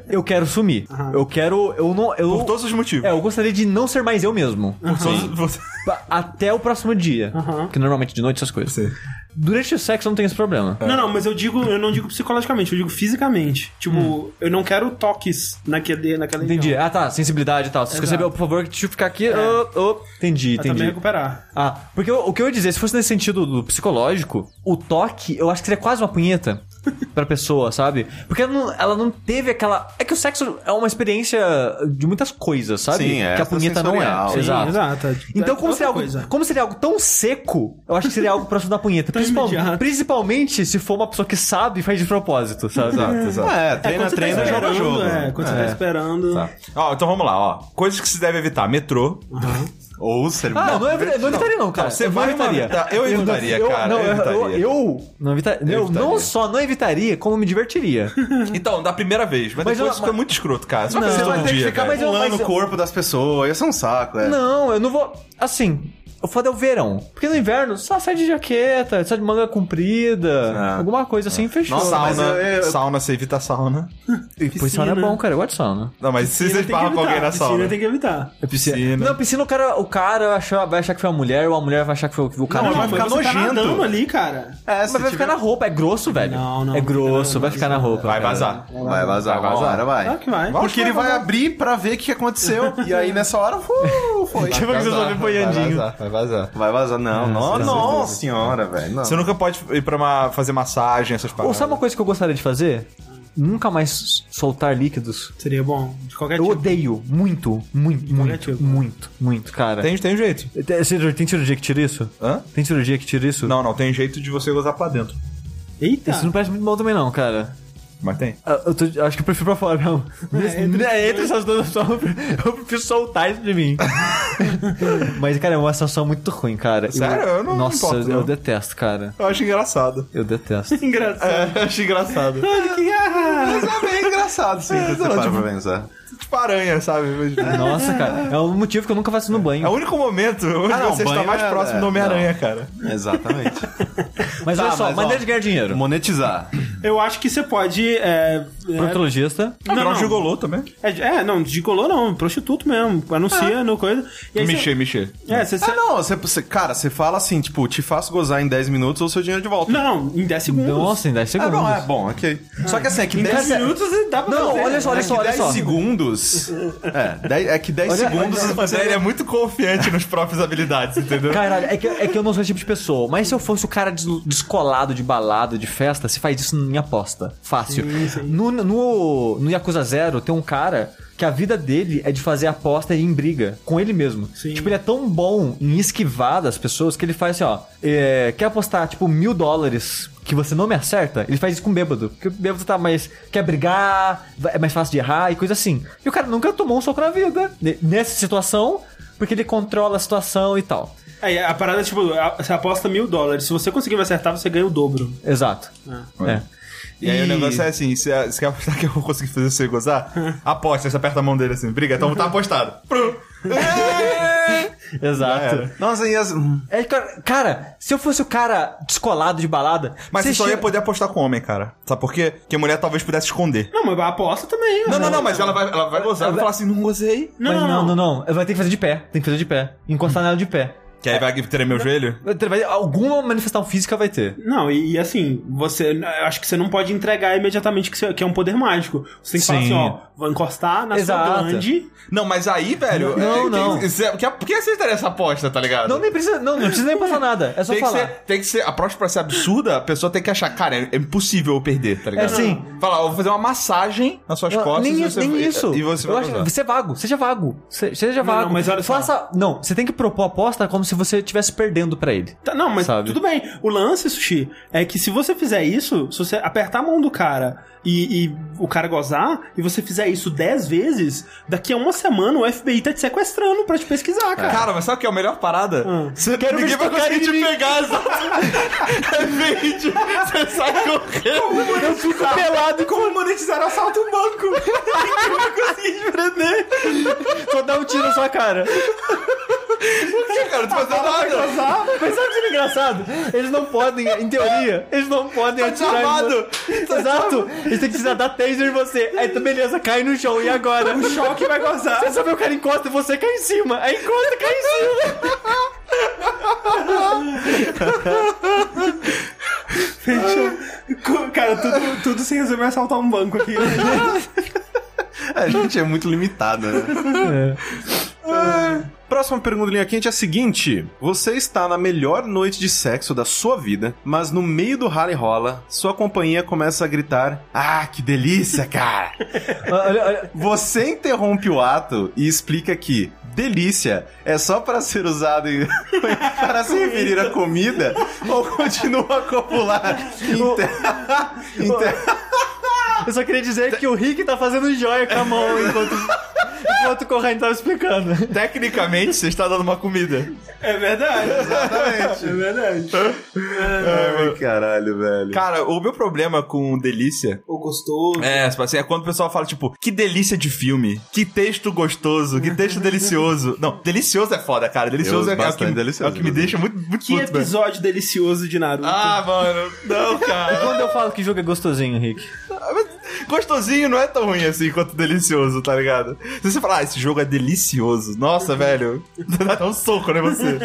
[SPEAKER 4] eu quero sumir. Eu quero. Eu não. Eu,
[SPEAKER 3] Por todos os motivos.
[SPEAKER 4] É, eu gostaria de não ser mais eu mesmo.
[SPEAKER 3] É, Por todos- você-
[SPEAKER 4] Pa- Até o próximo dia.
[SPEAKER 2] Aham.
[SPEAKER 4] Que normalmente de noite essas coisas.
[SPEAKER 3] Sim.
[SPEAKER 4] Durante o sexo eu não tem esse problema.
[SPEAKER 2] Não, não, mas eu digo, eu não digo psicologicamente, eu digo fisicamente. Tipo, eu não quero toques naquele, naquela
[SPEAKER 4] Hum. Entendi.
[SPEAKER 2] região.
[SPEAKER 4] Ah, tá. Sensibilidade e tal. Se esquecer,
[SPEAKER 2] Exato.
[SPEAKER 4] por favor, deixa eu ficar aqui. Ah, ah. Entendi,
[SPEAKER 2] Pra É também
[SPEAKER 4] entendi.
[SPEAKER 2] recuperar.
[SPEAKER 4] Ah, porque o, o que eu ia dizer, se fosse nesse sentido do psicológico, o toque, eu acho que seria quase uma punheta pra pessoa, sabe? Porque ela não, ela não teve aquela. É que o sexo é uma experiência de muitas coisas, sabe?
[SPEAKER 3] Sim, é
[SPEAKER 4] que a punheta não é.
[SPEAKER 3] sensorial. Sim,
[SPEAKER 4] exato.
[SPEAKER 2] exato. é
[SPEAKER 4] Então, como
[SPEAKER 2] Outra
[SPEAKER 4] seria, algo,
[SPEAKER 2] coisa.
[SPEAKER 4] como seria algo tão seco, eu acho que seria algo próximo da punheta. Principal-
[SPEAKER 2] imediato.
[SPEAKER 4] principalmente se for uma pessoa que sabe e faz de propósito, sabe?
[SPEAKER 3] Exato, exato. É, treina,
[SPEAKER 2] quando você tá
[SPEAKER 3] treina, joga
[SPEAKER 2] esperando,
[SPEAKER 3] jogo.
[SPEAKER 2] É, quando você
[SPEAKER 3] É.
[SPEAKER 2] tá esperando.
[SPEAKER 3] Tá. Ó, então vamos lá, ó. Coisas que se deve evitar. Metrô. Ou ser...
[SPEAKER 4] Ah, não, é, veri- não evitaria não, cara.
[SPEAKER 3] você
[SPEAKER 4] eu
[SPEAKER 3] vai
[SPEAKER 4] não evitaria.
[SPEAKER 3] evitar. Eu evitaria, cara,
[SPEAKER 4] Não,
[SPEAKER 3] eu evitaria.
[SPEAKER 4] Eu, eu não evitaria. Eu, não
[SPEAKER 3] evitaria.
[SPEAKER 4] só não evitaria, como me divertiria.
[SPEAKER 3] Então, da primeira vez. Mas,
[SPEAKER 4] Mas
[SPEAKER 3] depois
[SPEAKER 4] eu-
[SPEAKER 3] fica
[SPEAKER 4] mas-
[SPEAKER 3] muito escroto, cara. Você vai
[SPEAKER 4] Não,
[SPEAKER 3] fazer
[SPEAKER 4] mas
[SPEAKER 3] todo
[SPEAKER 4] tem que
[SPEAKER 3] dia,
[SPEAKER 4] ficar
[SPEAKER 3] cara.
[SPEAKER 4] mais-
[SPEAKER 1] Pulando
[SPEAKER 4] mas
[SPEAKER 1] o
[SPEAKER 4] eu-
[SPEAKER 1] corpo das pessoas, isso é um saco, é.
[SPEAKER 4] não, eu não vou... Assim... O foda é o verão. Porque no inverno, só sai de jaqueta, só de manga comprida,
[SPEAKER 3] Ah.
[SPEAKER 4] alguma coisa assim, fechou.
[SPEAKER 1] Nossa, mas
[SPEAKER 3] Sauna,
[SPEAKER 1] eu- eu-
[SPEAKER 3] sauna, você evita sauna.
[SPEAKER 4] Pois sauna é
[SPEAKER 2] piscina.
[SPEAKER 4] bom, cara. Eu gosto de sauna.
[SPEAKER 3] Não, mas se você
[SPEAKER 2] Piscina tem que
[SPEAKER 3] esbarra com alguém
[SPEAKER 2] evitar,
[SPEAKER 3] na sauna.
[SPEAKER 2] Piscina tem que evitar.
[SPEAKER 3] É piscina.
[SPEAKER 4] Não, piscina, o cara, o cara achou- vai achar que foi uma mulher, ou a mulher vai achar que foi o cara.
[SPEAKER 1] Não,
[SPEAKER 4] que
[SPEAKER 1] mas vai
[SPEAKER 4] foi-
[SPEAKER 1] ficar
[SPEAKER 2] você tá
[SPEAKER 1] nojento.
[SPEAKER 2] nadando ali, cara.
[SPEAKER 1] É,
[SPEAKER 4] Mas
[SPEAKER 1] se
[SPEAKER 4] vai
[SPEAKER 1] tiver-
[SPEAKER 4] ficar na roupa, é grosso, velho.
[SPEAKER 2] Não, não,
[SPEAKER 4] É
[SPEAKER 2] não,
[SPEAKER 4] grosso,
[SPEAKER 2] não,
[SPEAKER 4] vai
[SPEAKER 2] não,
[SPEAKER 4] ficar na roupa.
[SPEAKER 3] Vai
[SPEAKER 4] cara.
[SPEAKER 3] vazar.
[SPEAKER 1] Vai vazar, vai
[SPEAKER 3] Vai vazar.
[SPEAKER 1] vazar, vai.
[SPEAKER 2] Claro que vai.
[SPEAKER 1] Porque ele vai abrir pra ver o que aconteceu. e aí nessa hora, uh, foi.
[SPEAKER 4] Tipo que você só vê boiandinho.
[SPEAKER 3] Vai vazar, vai vazar.
[SPEAKER 1] Vai vazar. Não, não nossa senhora, velho. não.
[SPEAKER 3] Você nunca pode ir pra uma, fazer massagem, essas
[SPEAKER 4] Ou
[SPEAKER 3] paradas.
[SPEAKER 4] sabe uma coisa que eu gostaria de fazer? Nunca mais soltar líquidos.
[SPEAKER 2] Seria bom. De qualquer
[SPEAKER 4] Eu
[SPEAKER 2] tipo.
[SPEAKER 4] odeio muito, muito, muito,
[SPEAKER 2] Negativo.
[SPEAKER 4] muito, muito, cara.
[SPEAKER 3] Tem, tem um jeito.
[SPEAKER 4] Tem, cirurgia- tem cirurgia que tira isso?
[SPEAKER 3] Hã?
[SPEAKER 4] Tem cirurgia que tira isso? Tá.
[SPEAKER 3] Não, não, tem jeito de você gozar pra dentro.
[SPEAKER 2] Eita.
[SPEAKER 4] Isso não parece muito bom também não, cara.
[SPEAKER 3] Mas tem.
[SPEAKER 4] Ah, Eu tô- acho que eu prefiro pra fora, não. Nesse- né, entre, essas duas opções, eu prefiro- eu prefiro soltar isso de mim. Mas, cara, é uma sensação muito ruim, cara.
[SPEAKER 3] Sério? Eu não me
[SPEAKER 4] Nossa,
[SPEAKER 3] importo,
[SPEAKER 4] eu
[SPEAKER 3] não.
[SPEAKER 4] detesto, cara.
[SPEAKER 3] Eu acho engraçado.
[SPEAKER 4] Eu detesto.
[SPEAKER 2] Engraçado.
[SPEAKER 3] É, eu acho engraçado.
[SPEAKER 2] Olha que- ah!
[SPEAKER 1] Mas é bem engraçado, sim, quando você
[SPEAKER 3] não,
[SPEAKER 1] para
[SPEAKER 3] tipo-
[SPEAKER 1] pra pensar.
[SPEAKER 3] tipo aranha, sabe? Mas-
[SPEAKER 4] Nossa, cara. É um motivo que eu nunca faço no banho.
[SPEAKER 3] É o único momento onde
[SPEAKER 1] Ah, não,
[SPEAKER 3] você está
[SPEAKER 1] banho
[SPEAKER 3] mais
[SPEAKER 1] é-
[SPEAKER 3] próximo do
[SPEAKER 1] é,
[SPEAKER 3] Homem-Aranha, cara.
[SPEAKER 1] Exatamente.
[SPEAKER 4] Mas
[SPEAKER 1] Tá,
[SPEAKER 4] olha só,
[SPEAKER 1] mas, ó,
[SPEAKER 4] maneira de ganhar dinheiro.
[SPEAKER 1] Monetizar.
[SPEAKER 2] Eu acho que você pode. É, é,
[SPEAKER 4] Proctologista.
[SPEAKER 2] Não,
[SPEAKER 3] Virar um
[SPEAKER 2] não.
[SPEAKER 3] gigolô também.
[SPEAKER 2] é, é, não, de color não, prostituto mesmo. Anuncia
[SPEAKER 3] Ah.
[SPEAKER 2] no coisa. E aí
[SPEAKER 3] Mexer, mexer.
[SPEAKER 2] Você, é, você.
[SPEAKER 1] Ah,
[SPEAKER 2] você-
[SPEAKER 1] não, você, você- cara, você fala assim, tipo, te faço gozar em 10 minutos ou seu dinheiro de volta.
[SPEAKER 2] não, em 10 segundos.
[SPEAKER 4] Nossa, em 10
[SPEAKER 1] Ah,
[SPEAKER 4] segundos.
[SPEAKER 1] bom, é bom, ok. Só que assim, é que
[SPEAKER 2] Em
[SPEAKER 1] 10
[SPEAKER 2] 10
[SPEAKER 1] minutos.
[SPEAKER 2] minutos dá pra
[SPEAKER 4] Não,
[SPEAKER 2] fazer.
[SPEAKER 4] olha só,
[SPEAKER 1] É
[SPEAKER 4] olha
[SPEAKER 1] que
[SPEAKER 4] só, olha
[SPEAKER 1] 10
[SPEAKER 4] só.
[SPEAKER 1] segundos. É, 10 é que 10
[SPEAKER 4] Olha-
[SPEAKER 1] segundos.
[SPEAKER 4] olha-
[SPEAKER 1] você-
[SPEAKER 3] Ele é muito confiante nas próprias habilidades, entendeu?
[SPEAKER 4] Caralho, é que, é que eu não sou esse tipo de pessoa. Mas se eu fosse o cara des- descolado de balada, de festa, se faz isso em aposta. Fácil. No, no, no Yakuza Zero tem um cara que a vida dele é de fazer aposta em briga com ele mesmo.
[SPEAKER 2] Sim.
[SPEAKER 4] Tipo, ele é tão bom em esquivar das pessoas que ele faz assim, ó. é, quer apostar, tipo, mil dólares que você não me acerta? Ele faz isso com bêbado. Porque o bêbado tá mais... Quer brigar, é mais fácil de errar e coisa assim. E o cara nunca tomou um soco na vida. ne- Nessa situação... Porque ele controla a situação e tal.
[SPEAKER 2] Aí a parada é tipo, a- você aposta mil dólares. Se você conseguir me acertar, você ganha o dobro.
[SPEAKER 4] Exato. É.
[SPEAKER 3] Ah. E aí o negócio é assim, se você quer apostar que eu vou conseguir fazer você gozar? Aposta, você aperta a mão dele assim, briga, então tá apostado. Prum. É.
[SPEAKER 4] Exato.
[SPEAKER 1] Nossa, e as.
[SPEAKER 4] É, cara, cara, se eu fosse o cara descolado de balada.
[SPEAKER 3] Mas você só
[SPEAKER 4] chega-
[SPEAKER 3] ia poder apostar com homem, cara. Sabe por quê? Porque a mulher talvez pudesse esconder.
[SPEAKER 2] Não, mas a aposta também. né?
[SPEAKER 3] Não, não, não, mas ela vai, ela vai gozar, ela vai falar assim, não gozei.
[SPEAKER 4] Mas não, não, não, Vai ter que fazer de pé. Tem que fazer de pé. Encostar nela de pé.
[SPEAKER 3] Que aí vai tremer o joelho?
[SPEAKER 4] Vai- alguma manifestação física vai ter.
[SPEAKER 2] Não, e, e assim, você. eu Acho que você não pode entregar imediatamente que, você- que é um poder mágico. Você tem que falar
[SPEAKER 4] Sim.
[SPEAKER 2] assim, ó, vou encostar na sua
[SPEAKER 4] Exato.
[SPEAKER 2] glande.
[SPEAKER 3] Não, mas aí, velho...
[SPEAKER 4] Não,
[SPEAKER 3] é- tem-
[SPEAKER 4] não.
[SPEAKER 3] isso é- Por que, por que você estaria essa aposta, tá ligado?
[SPEAKER 4] Não, nem precisa, não, não precisa nem passar nada. É só
[SPEAKER 3] tem que,
[SPEAKER 4] falar.
[SPEAKER 3] ser, tem que ser, a aposta pra ser absurda, a pessoa tem que achar, cara, é, é impossível eu perder, tá ligado?
[SPEAKER 4] É, sim.
[SPEAKER 3] Falar, eu vou fazer uma massagem nas suas
[SPEAKER 4] Não,
[SPEAKER 3] costas
[SPEAKER 4] nem,
[SPEAKER 3] e
[SPEAKER 4] isso-
[SPEAKER 3] você,
[SPEAKER 4] nem
[SPEAKER 3] e-
[SPEAKER 4] isso.
[SPEAKER 3] E você
[SPEAKER 4] Eu
[SPEAKER 3] vai
[SPEAKER 4] acho-
[SPEAKER 3] gozar.
[SPEAKER 4] você é vago, seja vago. Se- Seja vago.
[SPEAKER 2] não, mas olha só.
[SPEAKER 4] Faça. Não, você tem que propor a aposta como se se você estivesse perdendo pra ele.
[SPEAKER 2] Tá, não, mas
[SPEAKER 4] Sabe?
[SPEAKER 2] tudo bem. O lance, Sushi, é que se você fizer isso, se você apertar a mão do cara e, e o cara gozar, e você fizer isso 10 vezes, daqui a uma semana o FBI tá te sequestrando pra te pesquisar, cara.
[SPEAKER 3] Cara, mas sabe o que é a melhor parada?
[SPEAKER 4] Hum.
[SPEAKER 3] Você, ninguém vai conseguir te pegar, exato. É verde. Você sai correndo.
[SPEAKER 2] Eu fico pelado com
[SPEAKER 3] Como monetizar assalto um banco?
[SPEAKER 4] Só dá um tiro na sua cara.
[SPEAKER 3] Por que, cara? Não tô fazendo nada.
[SPEAKER 4] Mas sabe o que é engraçado? Eles não podem, em teoria, eles não podem
[SPEAKER 3] Tá
[SPEAKER 4] atirar. em
[SPEAKER 3] desarmado.
[SPEAKER 4] você. Exato! Eles têm que desarmar taser em você. Aí tu, beleza, cai no chão. E agora? O choque vai gozar. Você sabe o cara encosta e você cai em cima. Aí encosta e cai em cima.
[SPEAKER 2] Cara, tudo, tudo sem resolver assaltar um banco aqui.
[SPEAKER 3] A gente é muito limitado, né?
[SPEAKER 1] É. Próxima pergunta linha quente é a seguinte: Você está na melhor noite de sexo da sua vida, mas no meio do rally rola, sua companhia começa a gritar: Ah, que delícia, cara!
[SPEAKER 4] Ah, Olha, olha.
[SPEAKER 1] Você interrompe o ato e explica que delícia é só para ser usado em- para se referir à comida ou continua a copular? Inter... Inter...
[SPEAKER 4] Eu só queria dizer que o Rick tá fazendo joia com a mão enquanto, enquanto o Corraine tava explicando.
[SPEAKER 3] Tecnicamente, você está dando uma comida.
[SPEAKER 2] É verdade.
[SPEAKER 1] Exatamente.
[SPEAKER 2] É verdade.
[SPEAKER 1] Ai, meu caralho, velho.
[SPEAKER 3] Cara, o meu problema com delícia
[SPEAKER 2] Ou gostoso.
[SPEAKER 3] É, tipo assim, é quando o pessoal fala, tipo, que delícia de filme, que texto gostoso, que texto delicioso. Não, delicioso é foda, cara. Delicioso
[SPEAKER 1] Eu
[SPEAKER 3] é, é, o que,
[SPEAKER 1] bastante delicioso,
[SPEAKER 3] é o que me
[SPEAKER 1] inclusive.
[SPEAKER 3] deixa muito, muito
[SPEAKER 2] Que
[SPEAKER 3] puto, velho.
[SPEAKER 2] episódio delicioso de Naruto.
[SPEAKER 3] Ah, mano, não, cara.
[SPEAKER 4] Quando eu falo que jogo é gostosinho, Rick.
[SPEAKER 3] Gostosinho não é tão ruim assim quanto delicioso, tá ligado? Se você falar, ah, esse jogo é delicioso, nossa, velho, dá um soco, né, você?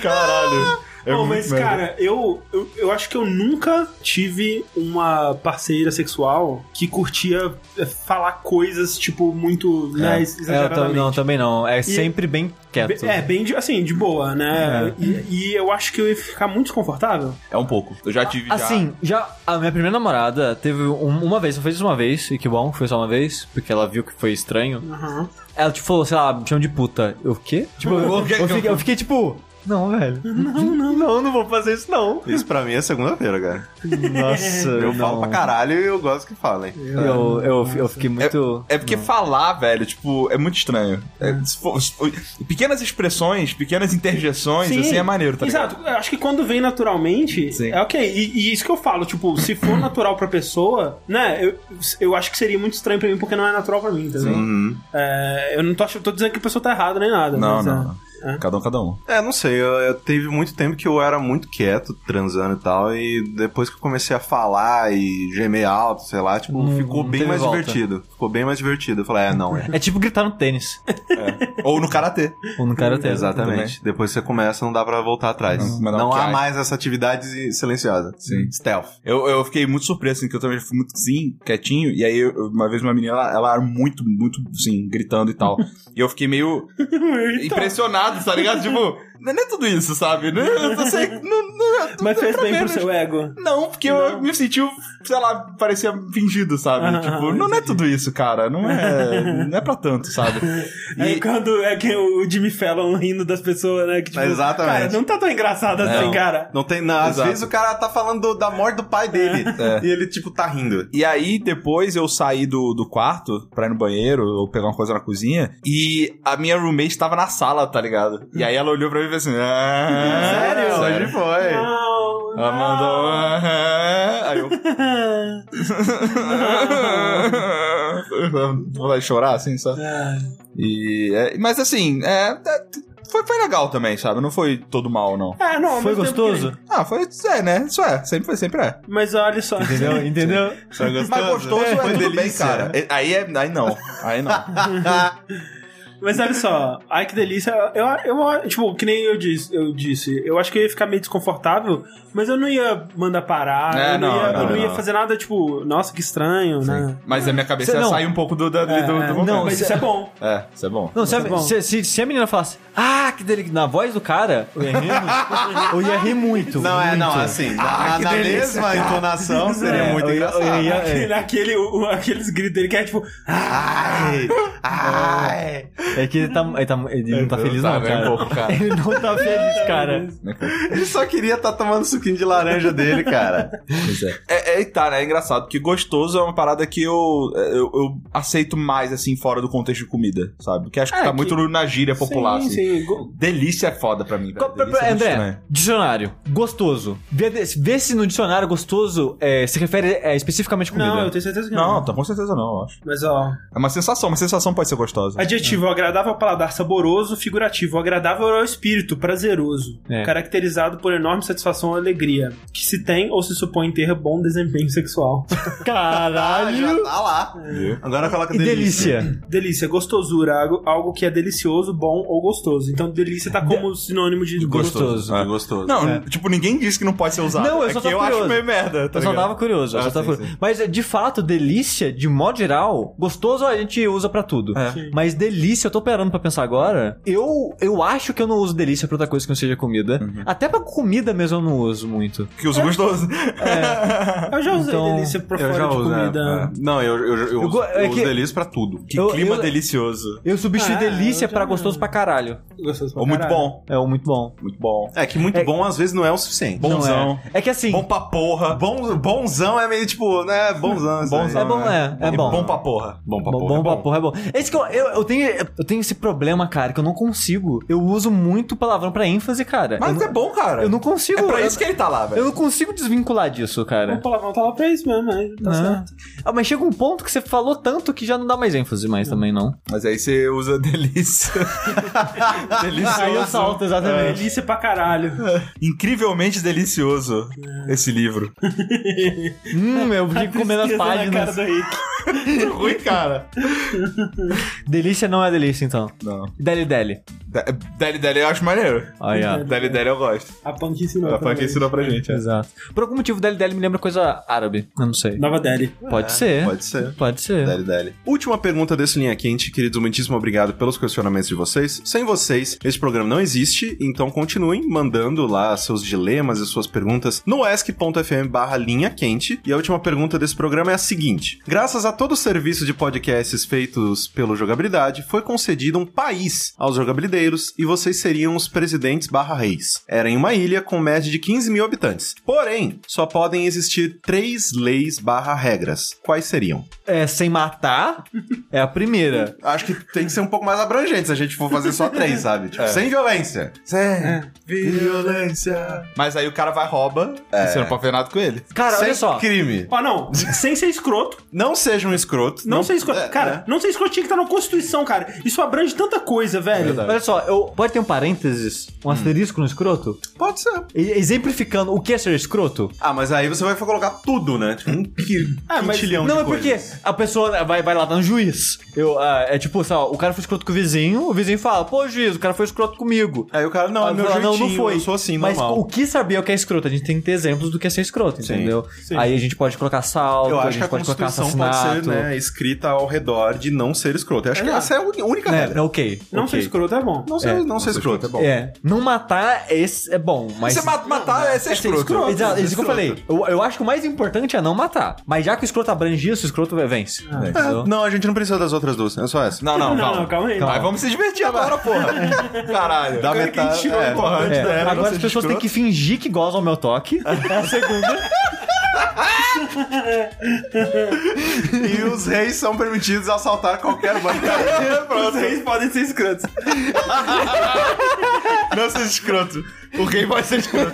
[SPEAKER 3] Caralho. é
[SPEAKER 2] Bom,
[SPEAKER 3] muito
[SPEAKER 2] mas,
[SPEAKER 3] merda.
[SPEAKER 2] cara, eu, eu, eu acho que eu nunca tive uma parceira sexual que curtia eh, falar coisas, tipo, muito, né,
[SPEAKER 4] É, eu tam-
[SPEAKER 2] exageradamente.
[SPEAKER 4] não, também não. É sempre bem
[SPEAKER 2] Be-
[SPEAKER 4] quieto.
[SPEAKER 2] É, bem, de- assim, de boa, né? E, e eu acho que eu ia ficar muito desconfortável.
[SPEAKER 3] É um pouco. Eu já tive já.
[SPEAKER 4] Assim, já a minha primeira namorada teve um- uma vez, só fez isso uma vez, e que bom, foi só uma vez, porque ela viu que foi estranho.
[SPEAKER 2] Aham.
[SPEAKER 4] Ela tipo falou, sei lá, me chama de puta. Eu, o quê? Tipo, eu,
[SPEAKER 3] O que que
[SPEAKER 4] eu fiquei, eu fiquei, tipo, não, velho. Não, não, não, não vou fazer isso não.
[SPEAKER 1] Isso pra mim é segunda-feira, cara.
[SPEAKER 4] Nossa,
[SPEAKER 1] Eu
[SPEAKER 4] não.
[SPEAKER 1] falo pra caralho e eu gosto que falem.
[SPEAKER 4] Eu, eu, eu fiquei muito.
[SPEAKER 3] É porque falar, velho, tipo, é muito estranho. É,
[SPEAKER 2] Hum.
[SPEAKER 3] se for- se for- pequenas expressões, pequenas interjeções,
[SPEAKER 2] Sim.
[SPEAKER 3] assim, é maneiro, tá ligado?
[SPEAKER 2] Exato, eu acho que quando vem naturalmente,
[SPEAKER 3] Sim.
[SPEAKER 2] é ok. E, e isso que eu falo, tipo, se for natural pra pessoa, né, eu, eu acho que seria muito estranho pra mim porque não é natural pra mim, entendeu? É, eu não tô, ach- tô dizendo que a pessoa tá errada nem nada.
[SPEAKER 3] Uhum. Não,
[SPEAKER 2] mas, é.
[SPEAKER 3] não, não. Cada um, cada um.
[SPEAKER 1] É, não sei, eu, eu- teve muito tempo que eu era muito quieto, transando e tal, e depois que eu comecei a falar e gemer alto, sei lá, tipo,
[SPEAKER 3] Hum,
[SPEAKER 4] Não-
[SPEAKER 1] ficou
[SPEAKER 4] não
[SPEAKER 1] bem
[SPEAKER 4] teve
[SPEAKER 1] mais
[SPEAKER 4] volta.
[SPEAKER 1] divertido. Ficou bem mais divertido. Eu falei, é, não, é.
[SPEAKER 4] É tipo gritar no tênis.
[SPEAKER 3] Ou no karatê.
[SPEAKER 4] Ou no cara
[SPEAKER 1] Exatamente. Depois que você começa, não dá pra voltar atrás.
[SPEAKER 3] Não, mas
[SPEAKER 1] Não,
[SPEAKER 3] dá um
[SPEAKER 1] há
[SPEAKER 3] try.
[SPEAKER 1] mais essa atividade silenciosa.
[SPEAKER 3] Sim.
[SPEAKER 1] Stealth.
[SPEAKER 3] Eu, eu fiquei muito surpreso, assim, que eu também fui muito, sim, quietinho. E aí, eu- uma vez uma menina, ela, ela era muito, muito, assim, gritando e tal. e eu fiquei meio
[SPEAKER 2] Então,
[SPEAKER 3] impressionado, tá ligado? Tipo, não é tudo isso, sabe? Não, eu não sei, não, não, é-
[SPEAKER 2] Mas fez bem pro
[SPEAKER 3] menos.
[SPEAKER 2] seu ego.
[SPEAKER 3] Não, porque eu me senti, sei lá, parecia fingido, sabe?
[SPEAKER 2] Ah,
[SPEAKER 3] tipo, não é tudo isso, cara. Não é, não é pra tanto, sabe?
[SPEAKER 2] É
[SPEAKER 3] E-
[SPEAKER 2] quando é que o Jimmy Fallon rindo das pessoas, né? Que, tipo,
[SPEAKER 1] Exatamente.
[SPEAKER 2] Cara, não tá tão engraçado assim,
[SPEAKER 3] Não.
[SPEAKER 2] cara.
[SPEAKER 1] Não tem nada. Às
[SPEAKER 3] Exato.
[SPEAKER 1] vezes o cara tá falando do- da morte do pai dele.
[SPEAKER 3] É.
[SPEAKER 1] E ele, tipo, tá rindo.
[SPEAKER 3] E aí, depois eu saí do, do quarto pra ir no banheiro ou pegar uma coisa na cozinha. E a minha roommate tava na sala, tá ligado? E aí ela olhou pra mim e fez assim: "Ah,
[SPEAKER 1] Sério?
[SPEAKER 3] Sério?
[SPEAKER 1] Hoje foi.
[SPEAKER 2] Não,
[SPEAKER 3] Ela mandou. "Ah". Aí eu. "É." Vou lá e chorar assim, sabe? E, é, mas assim, é, é, foi, foi legal também, sabe? Não foi todo mal, não.
[SPEAKER 2] Ah, não, ao
[SPEAKER 4] Foi
[SPEAKER 2] mesmo tempo
[SPEAKER 4] gostoso?
[SPEAKER 3] Ah, foi. É, né? Isso é. Sempre foi, sempre é.
[SPEAKER 2] que- Mas olha só.
[SPEAKER 4] Entendeu? Entendeu?
[SPEAKER 1] Foi gostoso.
[SPEAKER 3] Mas gostoso é,
[SPEAKER 1] Foi
[SPEAKER 3] tudo bem,
[SPEAKER 1] delícia.
[SPEAKER 3] cara. É, Aí, é, aí não. Aí não.
[SPEAKER 2] Mas olha só, ai que delícia. Eu, eu, tipo, que nem eu disse, eu disse, eu acho que eu ia ficar meio desconfortável, mas eu não ia mandar parar,
[SPEAKER 3] É,
[SPEAKER 2] eu não,
[SPEAKER 3] não,
[SPEAKER 2] ia, eu
[SPEAKER 3] não,
[SPEAKER 2] não ia
[SPEAKER 3] não.
[SPEAKER 2] fazer nada, tipo, nossa, que estranho, né?
[SPEAKER 3] Mas a minha cabeça
[SPEAKER 4] Cê não.
[SPEAKER 3] sai um pouco do, da- do, do momento.
[SPEAKER 4] não,
[SPEAKER 2] mas
[SPEAKER 4] cê-
[SPEAKER 2] isso é bom.
[SPEAKER 3] É, isso é bom.
[SPEAKER 4] Não, se
[SPEAKER 2] Tá bom.
[SPEAKER 4] a, se, se- se a menina falasse, ah, que delícia, na voz do cara, eu ia rir muito. eu ia rir muito.
[SPEAKER 1] Não, é, não,
[SPEAKER 4] muito.
[SPEAKER 1] assim. na na mesma entonação seria
[SPEAKER 4] É,
[SPEAKER 1] muito
[SPEAKER 4] eu ia-
[SPEAKER 1] engraçado.
[SPEAKER 4] eu ia- é.
[SPEAKER 2] Aquele, aquele- o- aqueles gritos dele que é tipo,
[SPEAKER 1] Ai! Ai!
[SPEAKER 4] É que ele, tá, ele, tá- ele não tá
[SPEAKER 3] Ele
[SPEAKER 4] feliz,
[SPEAKER 3] tá
[SPEAKER 4] não,
[SPEAKER 3] bem
[SPEAKER 4] cara.
[SPEAKER 3] pouco, cara.
[SPEAKER 4] Ele não tá feliz, cara.
[SPEAKER 1] Ele só queria estar tomando suquinho de laranja dele, cara.
[SPEAKER 3] Pois é. É, e tá, né? É engraçado, porque gostoso é uma parada que eu, eu, eu aceito mais, assim, fora do contexto de comida, sabe? Porque acho que
[SPEAKER 2] É,
[SPEAKER 3] tá
[SPEAKER 2] que-
[SPEAKER 3] muito na gíria popular,
[SPEAKER 2] sim,
[SPEAKER 3] assim.
[SPEAKER 2] sim. Go-
[SPEAKER 3] Delícia é foda pra mim, velho.
[SPEAKER 4] Co- pra-
[SPEAKER 3] Delícia
[SPEAKER 4] pra-
[SPEAKER 3] é muito
[SPEAKER 4] André,
[SPEAKER 3] estranho.
[SPEAKER 4] dicionário. Gostoso. Vê, vê se no dicionário gostoso é, se refere é, especificamente a comida.
[SPEAKER 2] Não, eu tenho certeza que não.
[SPEAKER 3] Não, tá, com certeza não, eu acho.
[SPEAKER 2] Mas ó,
[SPEAKER 3] É uma sensação, uma sensação pode ser gostosa.
[SPEAKER 2] adjetivo agradável ao paladar, saboroso, figurativo, agradável ao espírito, prazeroso,
[SPEAKER 4] É.
[SPEAKER 2] caracterizado por enorme satisfação ou alegria, que se tem ou se supõe ter bom desempenho sexual.
[SPEAKER 4] Caralho!
[SPEAKER 1] tá lá.
[SPEAKER 3] Entendeu?
[SPEAKER 1] Agora coloca
[SPEAKER 4] E Ah, delícia.
[SPEAKER 2] Delícia, gostosura, algo, algo que é delicioso, bom ou gostoso. Então delícia tá como sinônimo de
[SPEAKER 4] Gostoso.
[SPEAKER 1] É gostoso.
[SPEAKER 3] Não,
[SPEAKER 4] É.
[SPEAKER 3] tipo, ninguém disse que não pode ser usado.
[SPEAKER 4] Não, eu
[SPEAKER 3] é
[SPEAKER 4] só
[SPEAKER 3] que
[SPEAKER 4] tô
[SPEAKER 3] eu
[SPEAKER 4] curioso.
[SPEAKER 3] acho meio merda, tá
[SPEAKER 4] Eu só
[SPEAKER 3] ligado?
[SPEAKER 4] tava curioso, eu
[SPEAKER 3] Ah,
[SPEAKER 4] só tava
[SPEAKER 3] sim,
[SPEAKER 4] curioso. Mas, de fato, delícia, de modo geral, gostoso a gente usa pra tudo.
[SPEAKER 3] É.
[SPEAKER 2] Sim.
[SPEAKER 4] Mas delícia, eu tô parando pra pensar agora. Eu, eu acho que eu não uso delícia pra outra coisa que não seja comida.
[SPEAKER 3] Uhum.
[SPEAKER 4] Até pra comida mesmo eu não uso muito.
[SPEAKER 3] Que uso gostoso.
[SPEAKER 2] Eu já usei
[SPEAKER 4] Então,
[SPEAKER 2] delícia pra
[SPEAKER 1] Eu
[SPEAKER 2] fora
[SPEAKER 1] já
[SPEAKER 2] de
[SPEAKER 1] uso, né?
[SPEAKER 2] comida.
[SPEAKER 1] É. Não, eu, eu, eu,
[SPEAKER 4] Eu
[SPEAKER 1] uso,
[SPEAKER 4] go- é
[SPEAKER 1] eu uso
[SPEAKER 4] que-
[SPEAKER 1] delícia pra tudo.
[SPEAKER 3] Que
[SPEAKER 4] Eu-
[SPEAKER 3] clima
[SPEAKER 4] eu-
[SPEAKER 3] delicioso.
[SPEAKER 4] Eu substituo
[SPEAKER 2] Ah,
[SPEAKER 4] delícia
[SPEAKER 2] eu já
[SPEAKER 4] pra
[SPEAKER 2] não.
[SPEAKER 4] gostoso pra caralho.
[SPEAKER 2] Gostoso pra
[SPEAKER 3] Ou muito
[SPEAKER 2] caralho.
[SPEAKER 3] bom.
[SPEAKER 4] É um muito bom.
[SPEAKER 3] Muito bom.
[SPEAKER 1] É que muito
[SPEAKER 4] É-
[SPEAKER 1] bom às vezes não é o suficiente.
[SPEAKER 3] Bom- Bonzão.
[SPEAKER 4] Não é. é que assim.
[SPEAKER 3] Bom pra porra.
[SPEAKER 1] Bom, bonzão é meio tipo, né? Bonzão. isso aí.
[SPEAKER 3] Bonzão,
[SPEAKER 4] é bom, é. É
[SPEAKER 3] E
[SPEAKER 4] bom.
[SPEAKER 3] Bom pra porra.
[SPEAKER 1] Bom pra
[SPEAKER 4] Bom,
[SPEAKER 1] porra.
[SPEAKER 4] bom pra
[SPEAKER 1] bom.
[SPEAKER 4] porra, é bom. Esse que eu, eu, eu tenho, eu tenho esse problema, cara, que eu não consigo. Eu uso muito palavrão pra ênfase, cara. eu,
[SPEAKER 3] Mas
[SPEAKER 4] não-
[SPEAKER 3] é bom, cara.
[SPEAKER 4] eu não consigo.
[SPEAKER 3] É pra
[SPEAKER 4] eu-
[SPEAKER 3] isso que ele tá lá,
[SPEAKER 4] Eu
[SPEAKER 3] velho.
[SPEAKER 4] não consigo desvincular disso, cara.
[SPEAKER 2] O palavrão tá lá pra isso mesmo, né? Tá
[SPEAKER 4] né? Não.
[SPEAKER 2] certo.
[SPEAKER 4] Ah, mas chega um ponto que você falou tanto que já não dá mais ênfase mais também, não.
[SPEAKER 3] Mas aí você usa delícia.
[SPEAKER 2] Ah,
[SPEAKER 4] Aí eu
[SPEAKER 3] delicioso.
[SPEAKER 4] salto, exatamente.
[SPEAKER 2] É, Delícia pra caralho.
[SPEAKER 3] Incrivelmente delicioso esse livro. É.
[SPEAKER 4] Hum, eu fico comendo as
[SPEAKER 2] Tristeza na cara
[SPEAKER 4] páginas.
[SPEAKER 2] do Rick.
[SPEAKER 3] Ruim, cara.
[SPEAKER 4] Delícia não é delícia, então.
[SPEAKER 3] Não.
[SPEAKER 4] Deli Deli.
[SPEAKER 3] Da- Deli Deli eu acho maneiro.
[SPEAKER 4] Aí, ó.
[SPEAKER 3] Deli Deli eu gosto.
[SPEAKER 2] A Punk ensinou.
[SPEAKER 3] A Punk
[SPEAKER 2] também.
[SPEAKER 3] ensinou pra gente, é.
[SPEAKER 4] Exato. Por algum motivo, Deli Deli me lembra coisa árabe. Eu não sei.
[SPEAKER 2] Nova Delhi.
[SPEAKER 4] Pode ser.
[SPEAKER 1] É, Pode ser.
[SPEAKER 4] Pode ser.
[SPEAKER 1] Dele, dele. Última pergunta desse Linha Quente, queridos. Muitíssimo obrigado pelos questionamentos de vocês. Sem vocês, esse programa não existe, então continuem mandando lá seus dilemas e suas perguntas no ask.fm barra linha quente. E a última pergunta desse programa é a seguinte. Graças a todo o serviço de podcasts feitos pelo Jogabilidade, foi concedido um país aos jogabilideiros e vocês seriam os presidentes barra reis. Era em uma ilha com média de 15 mil habitantes. Porém, só podem existir três leis barra regras. Quais seriam?
[SPEAKER 4] É, sem matar é a primeira.
[SPEAKER 1] Acho que tem que ser um pouco mais abrangente se a gente for fazer só três, sabe? Tipo, sem violência. Sem violência.
[SPEAKER 3] Mas aí o cara vai rouba
[SPEAKER 4] É.
[SPEAKER 3] e você não pode fazer nada com ele.
[SPEAKER 4] Cara,
[SPEAKER 1] sem
[SPEAKER 4] olha só.
[SPEAKER 1] crime.
[SPEAKER 2] Ó, não. Sem ser escroto.
[SPEAKER 1] Não seja um escroto.
[SPEAKER 2] Não, ser escroto.
[SPEAKER 1] É,
[SPEAKER 2] cara, não ser escroto tinha que estar na Constituição, cara. Isso abrange tanta coisa, velho.
[SPEAKER 4] Olha só, eu, pode ter um parênteses, um asterisco no escroto?
[SPEAKER 1] é. Pode ser.
[SPEAKER 4] E- Exemplificando o que é ser escroto?
[SPEAKER 1] Ah, mas aí você vai colocar tudo, né? Tipo, um qui-
[SPEAKER 2] Ah, mas-
[SPEAKER 1] quintilhão
[SPEAKER 4] Não,
[SPEAKER 1] de
[SPEAKER 4] É, mas por quê?
[SPEAKER 1] coisas.
[SPEAKER 4] A pessoa vai, vai lá dar um juiz. Eu, ah, é tipo, sei lá, o cara foi escroto com o vizinho, o vizinho fala, pô, juiz, o cara foi escroto comigo.
[SPEAKER 1] Aí o cara, não, é
[SPEAKER 4] Aí
[SPEAKER 1] meu
[SPEAKER 4] Ah, fala,
[SPEAKER 1] jeitinho, eu sou assim,
[SPEAKER 4] Mas
[SPEAKER 1] normal.
[SPEAKER 4] o que saber o que é escroto? A gente tem que ter exemplos do que é ser escroto,
[SPEAKER 1] Sim,
[SPEAKER 4] entendeu? Aí a gente pode colocar salto,
[SPEAKER 1] Eu
[SPEAKER 4] a
[SPEAKER 1] acho
[SPEAKER 4] gente
[SPEAKER 1] que a
[SPEAKER 4] pode colocar
[SPEAKER 1] Constituição pode
[SPEAKER 4] assassinato.
[SPEAKER 1] ser né, escrita ao redor de não ser escroto. Eu acho que
[SPEAKER 2] Exato.
[SPEAKER 1] essa é a uni- única
[SPEAKER 4] É,
[SPEAKER 1] regra.
[SPEAKER 4] ok.
[SPEAKER 2] Não
[SPEAKER 4] ok.
[SPEAKER 2] ser escroto é bom.
[SPEAKER 1] Não ser, não ser escroto, é bom.
[SPEAKER 4] É, não matar é, esse- é bom, mas...
[SPEAKER 3] Você mata, matar é ser escroto.
[SPEAKER 4] Exato,
[SPEAKER 1] Escroto,
[SPEAKER 4] isso que eu
[SPEAKER 1] escroto.
[SPEAKER 4] falei. Eu, eu acho que o mais importante é não matar. Mas já que o escroto abrange isso, o escroto vence.
[SPEAKER 1] É,
[SPEAKER 4] entendeu?
[SPEAKER 1] não, a gente não precisa das outras duas, é só essa.
[SPEAKER 3] Não, não,
[SPEAKER 2] Não,
[SPEAKER 3] calma.
[SPEAKER 2] não, calma aí.
[SPEAKER 3] Mas vamos se divertir agora, porra. Caralho.
[SPEAKER 1] Dá
[SPEAKER 3] Eu quero
[SPEAKER 1] metade-
[SPEAKER 3] que a gente tirou
[SPEAKER 1] é,
[SPEAKER 3] a porra
[SPEAKER 4] É,
[SPEAKER 3] antes da era, não
[SPEAKER 4] Agora as
[SPEAKER 3] seja
[SPEAKER 4] pessoas têm
[SPEAKER 3] escroto.
[SPEAKER 4] que fingir que gozam ao meu toque. É a segunda.
[SPEAKER 1] E os reis são permitidos assaltar qualquer banco.
[SPEAKER 2] Os reis podem ser escrotos.
[SPEAKER 3] Não seja escroto. O rei vai ser escroto.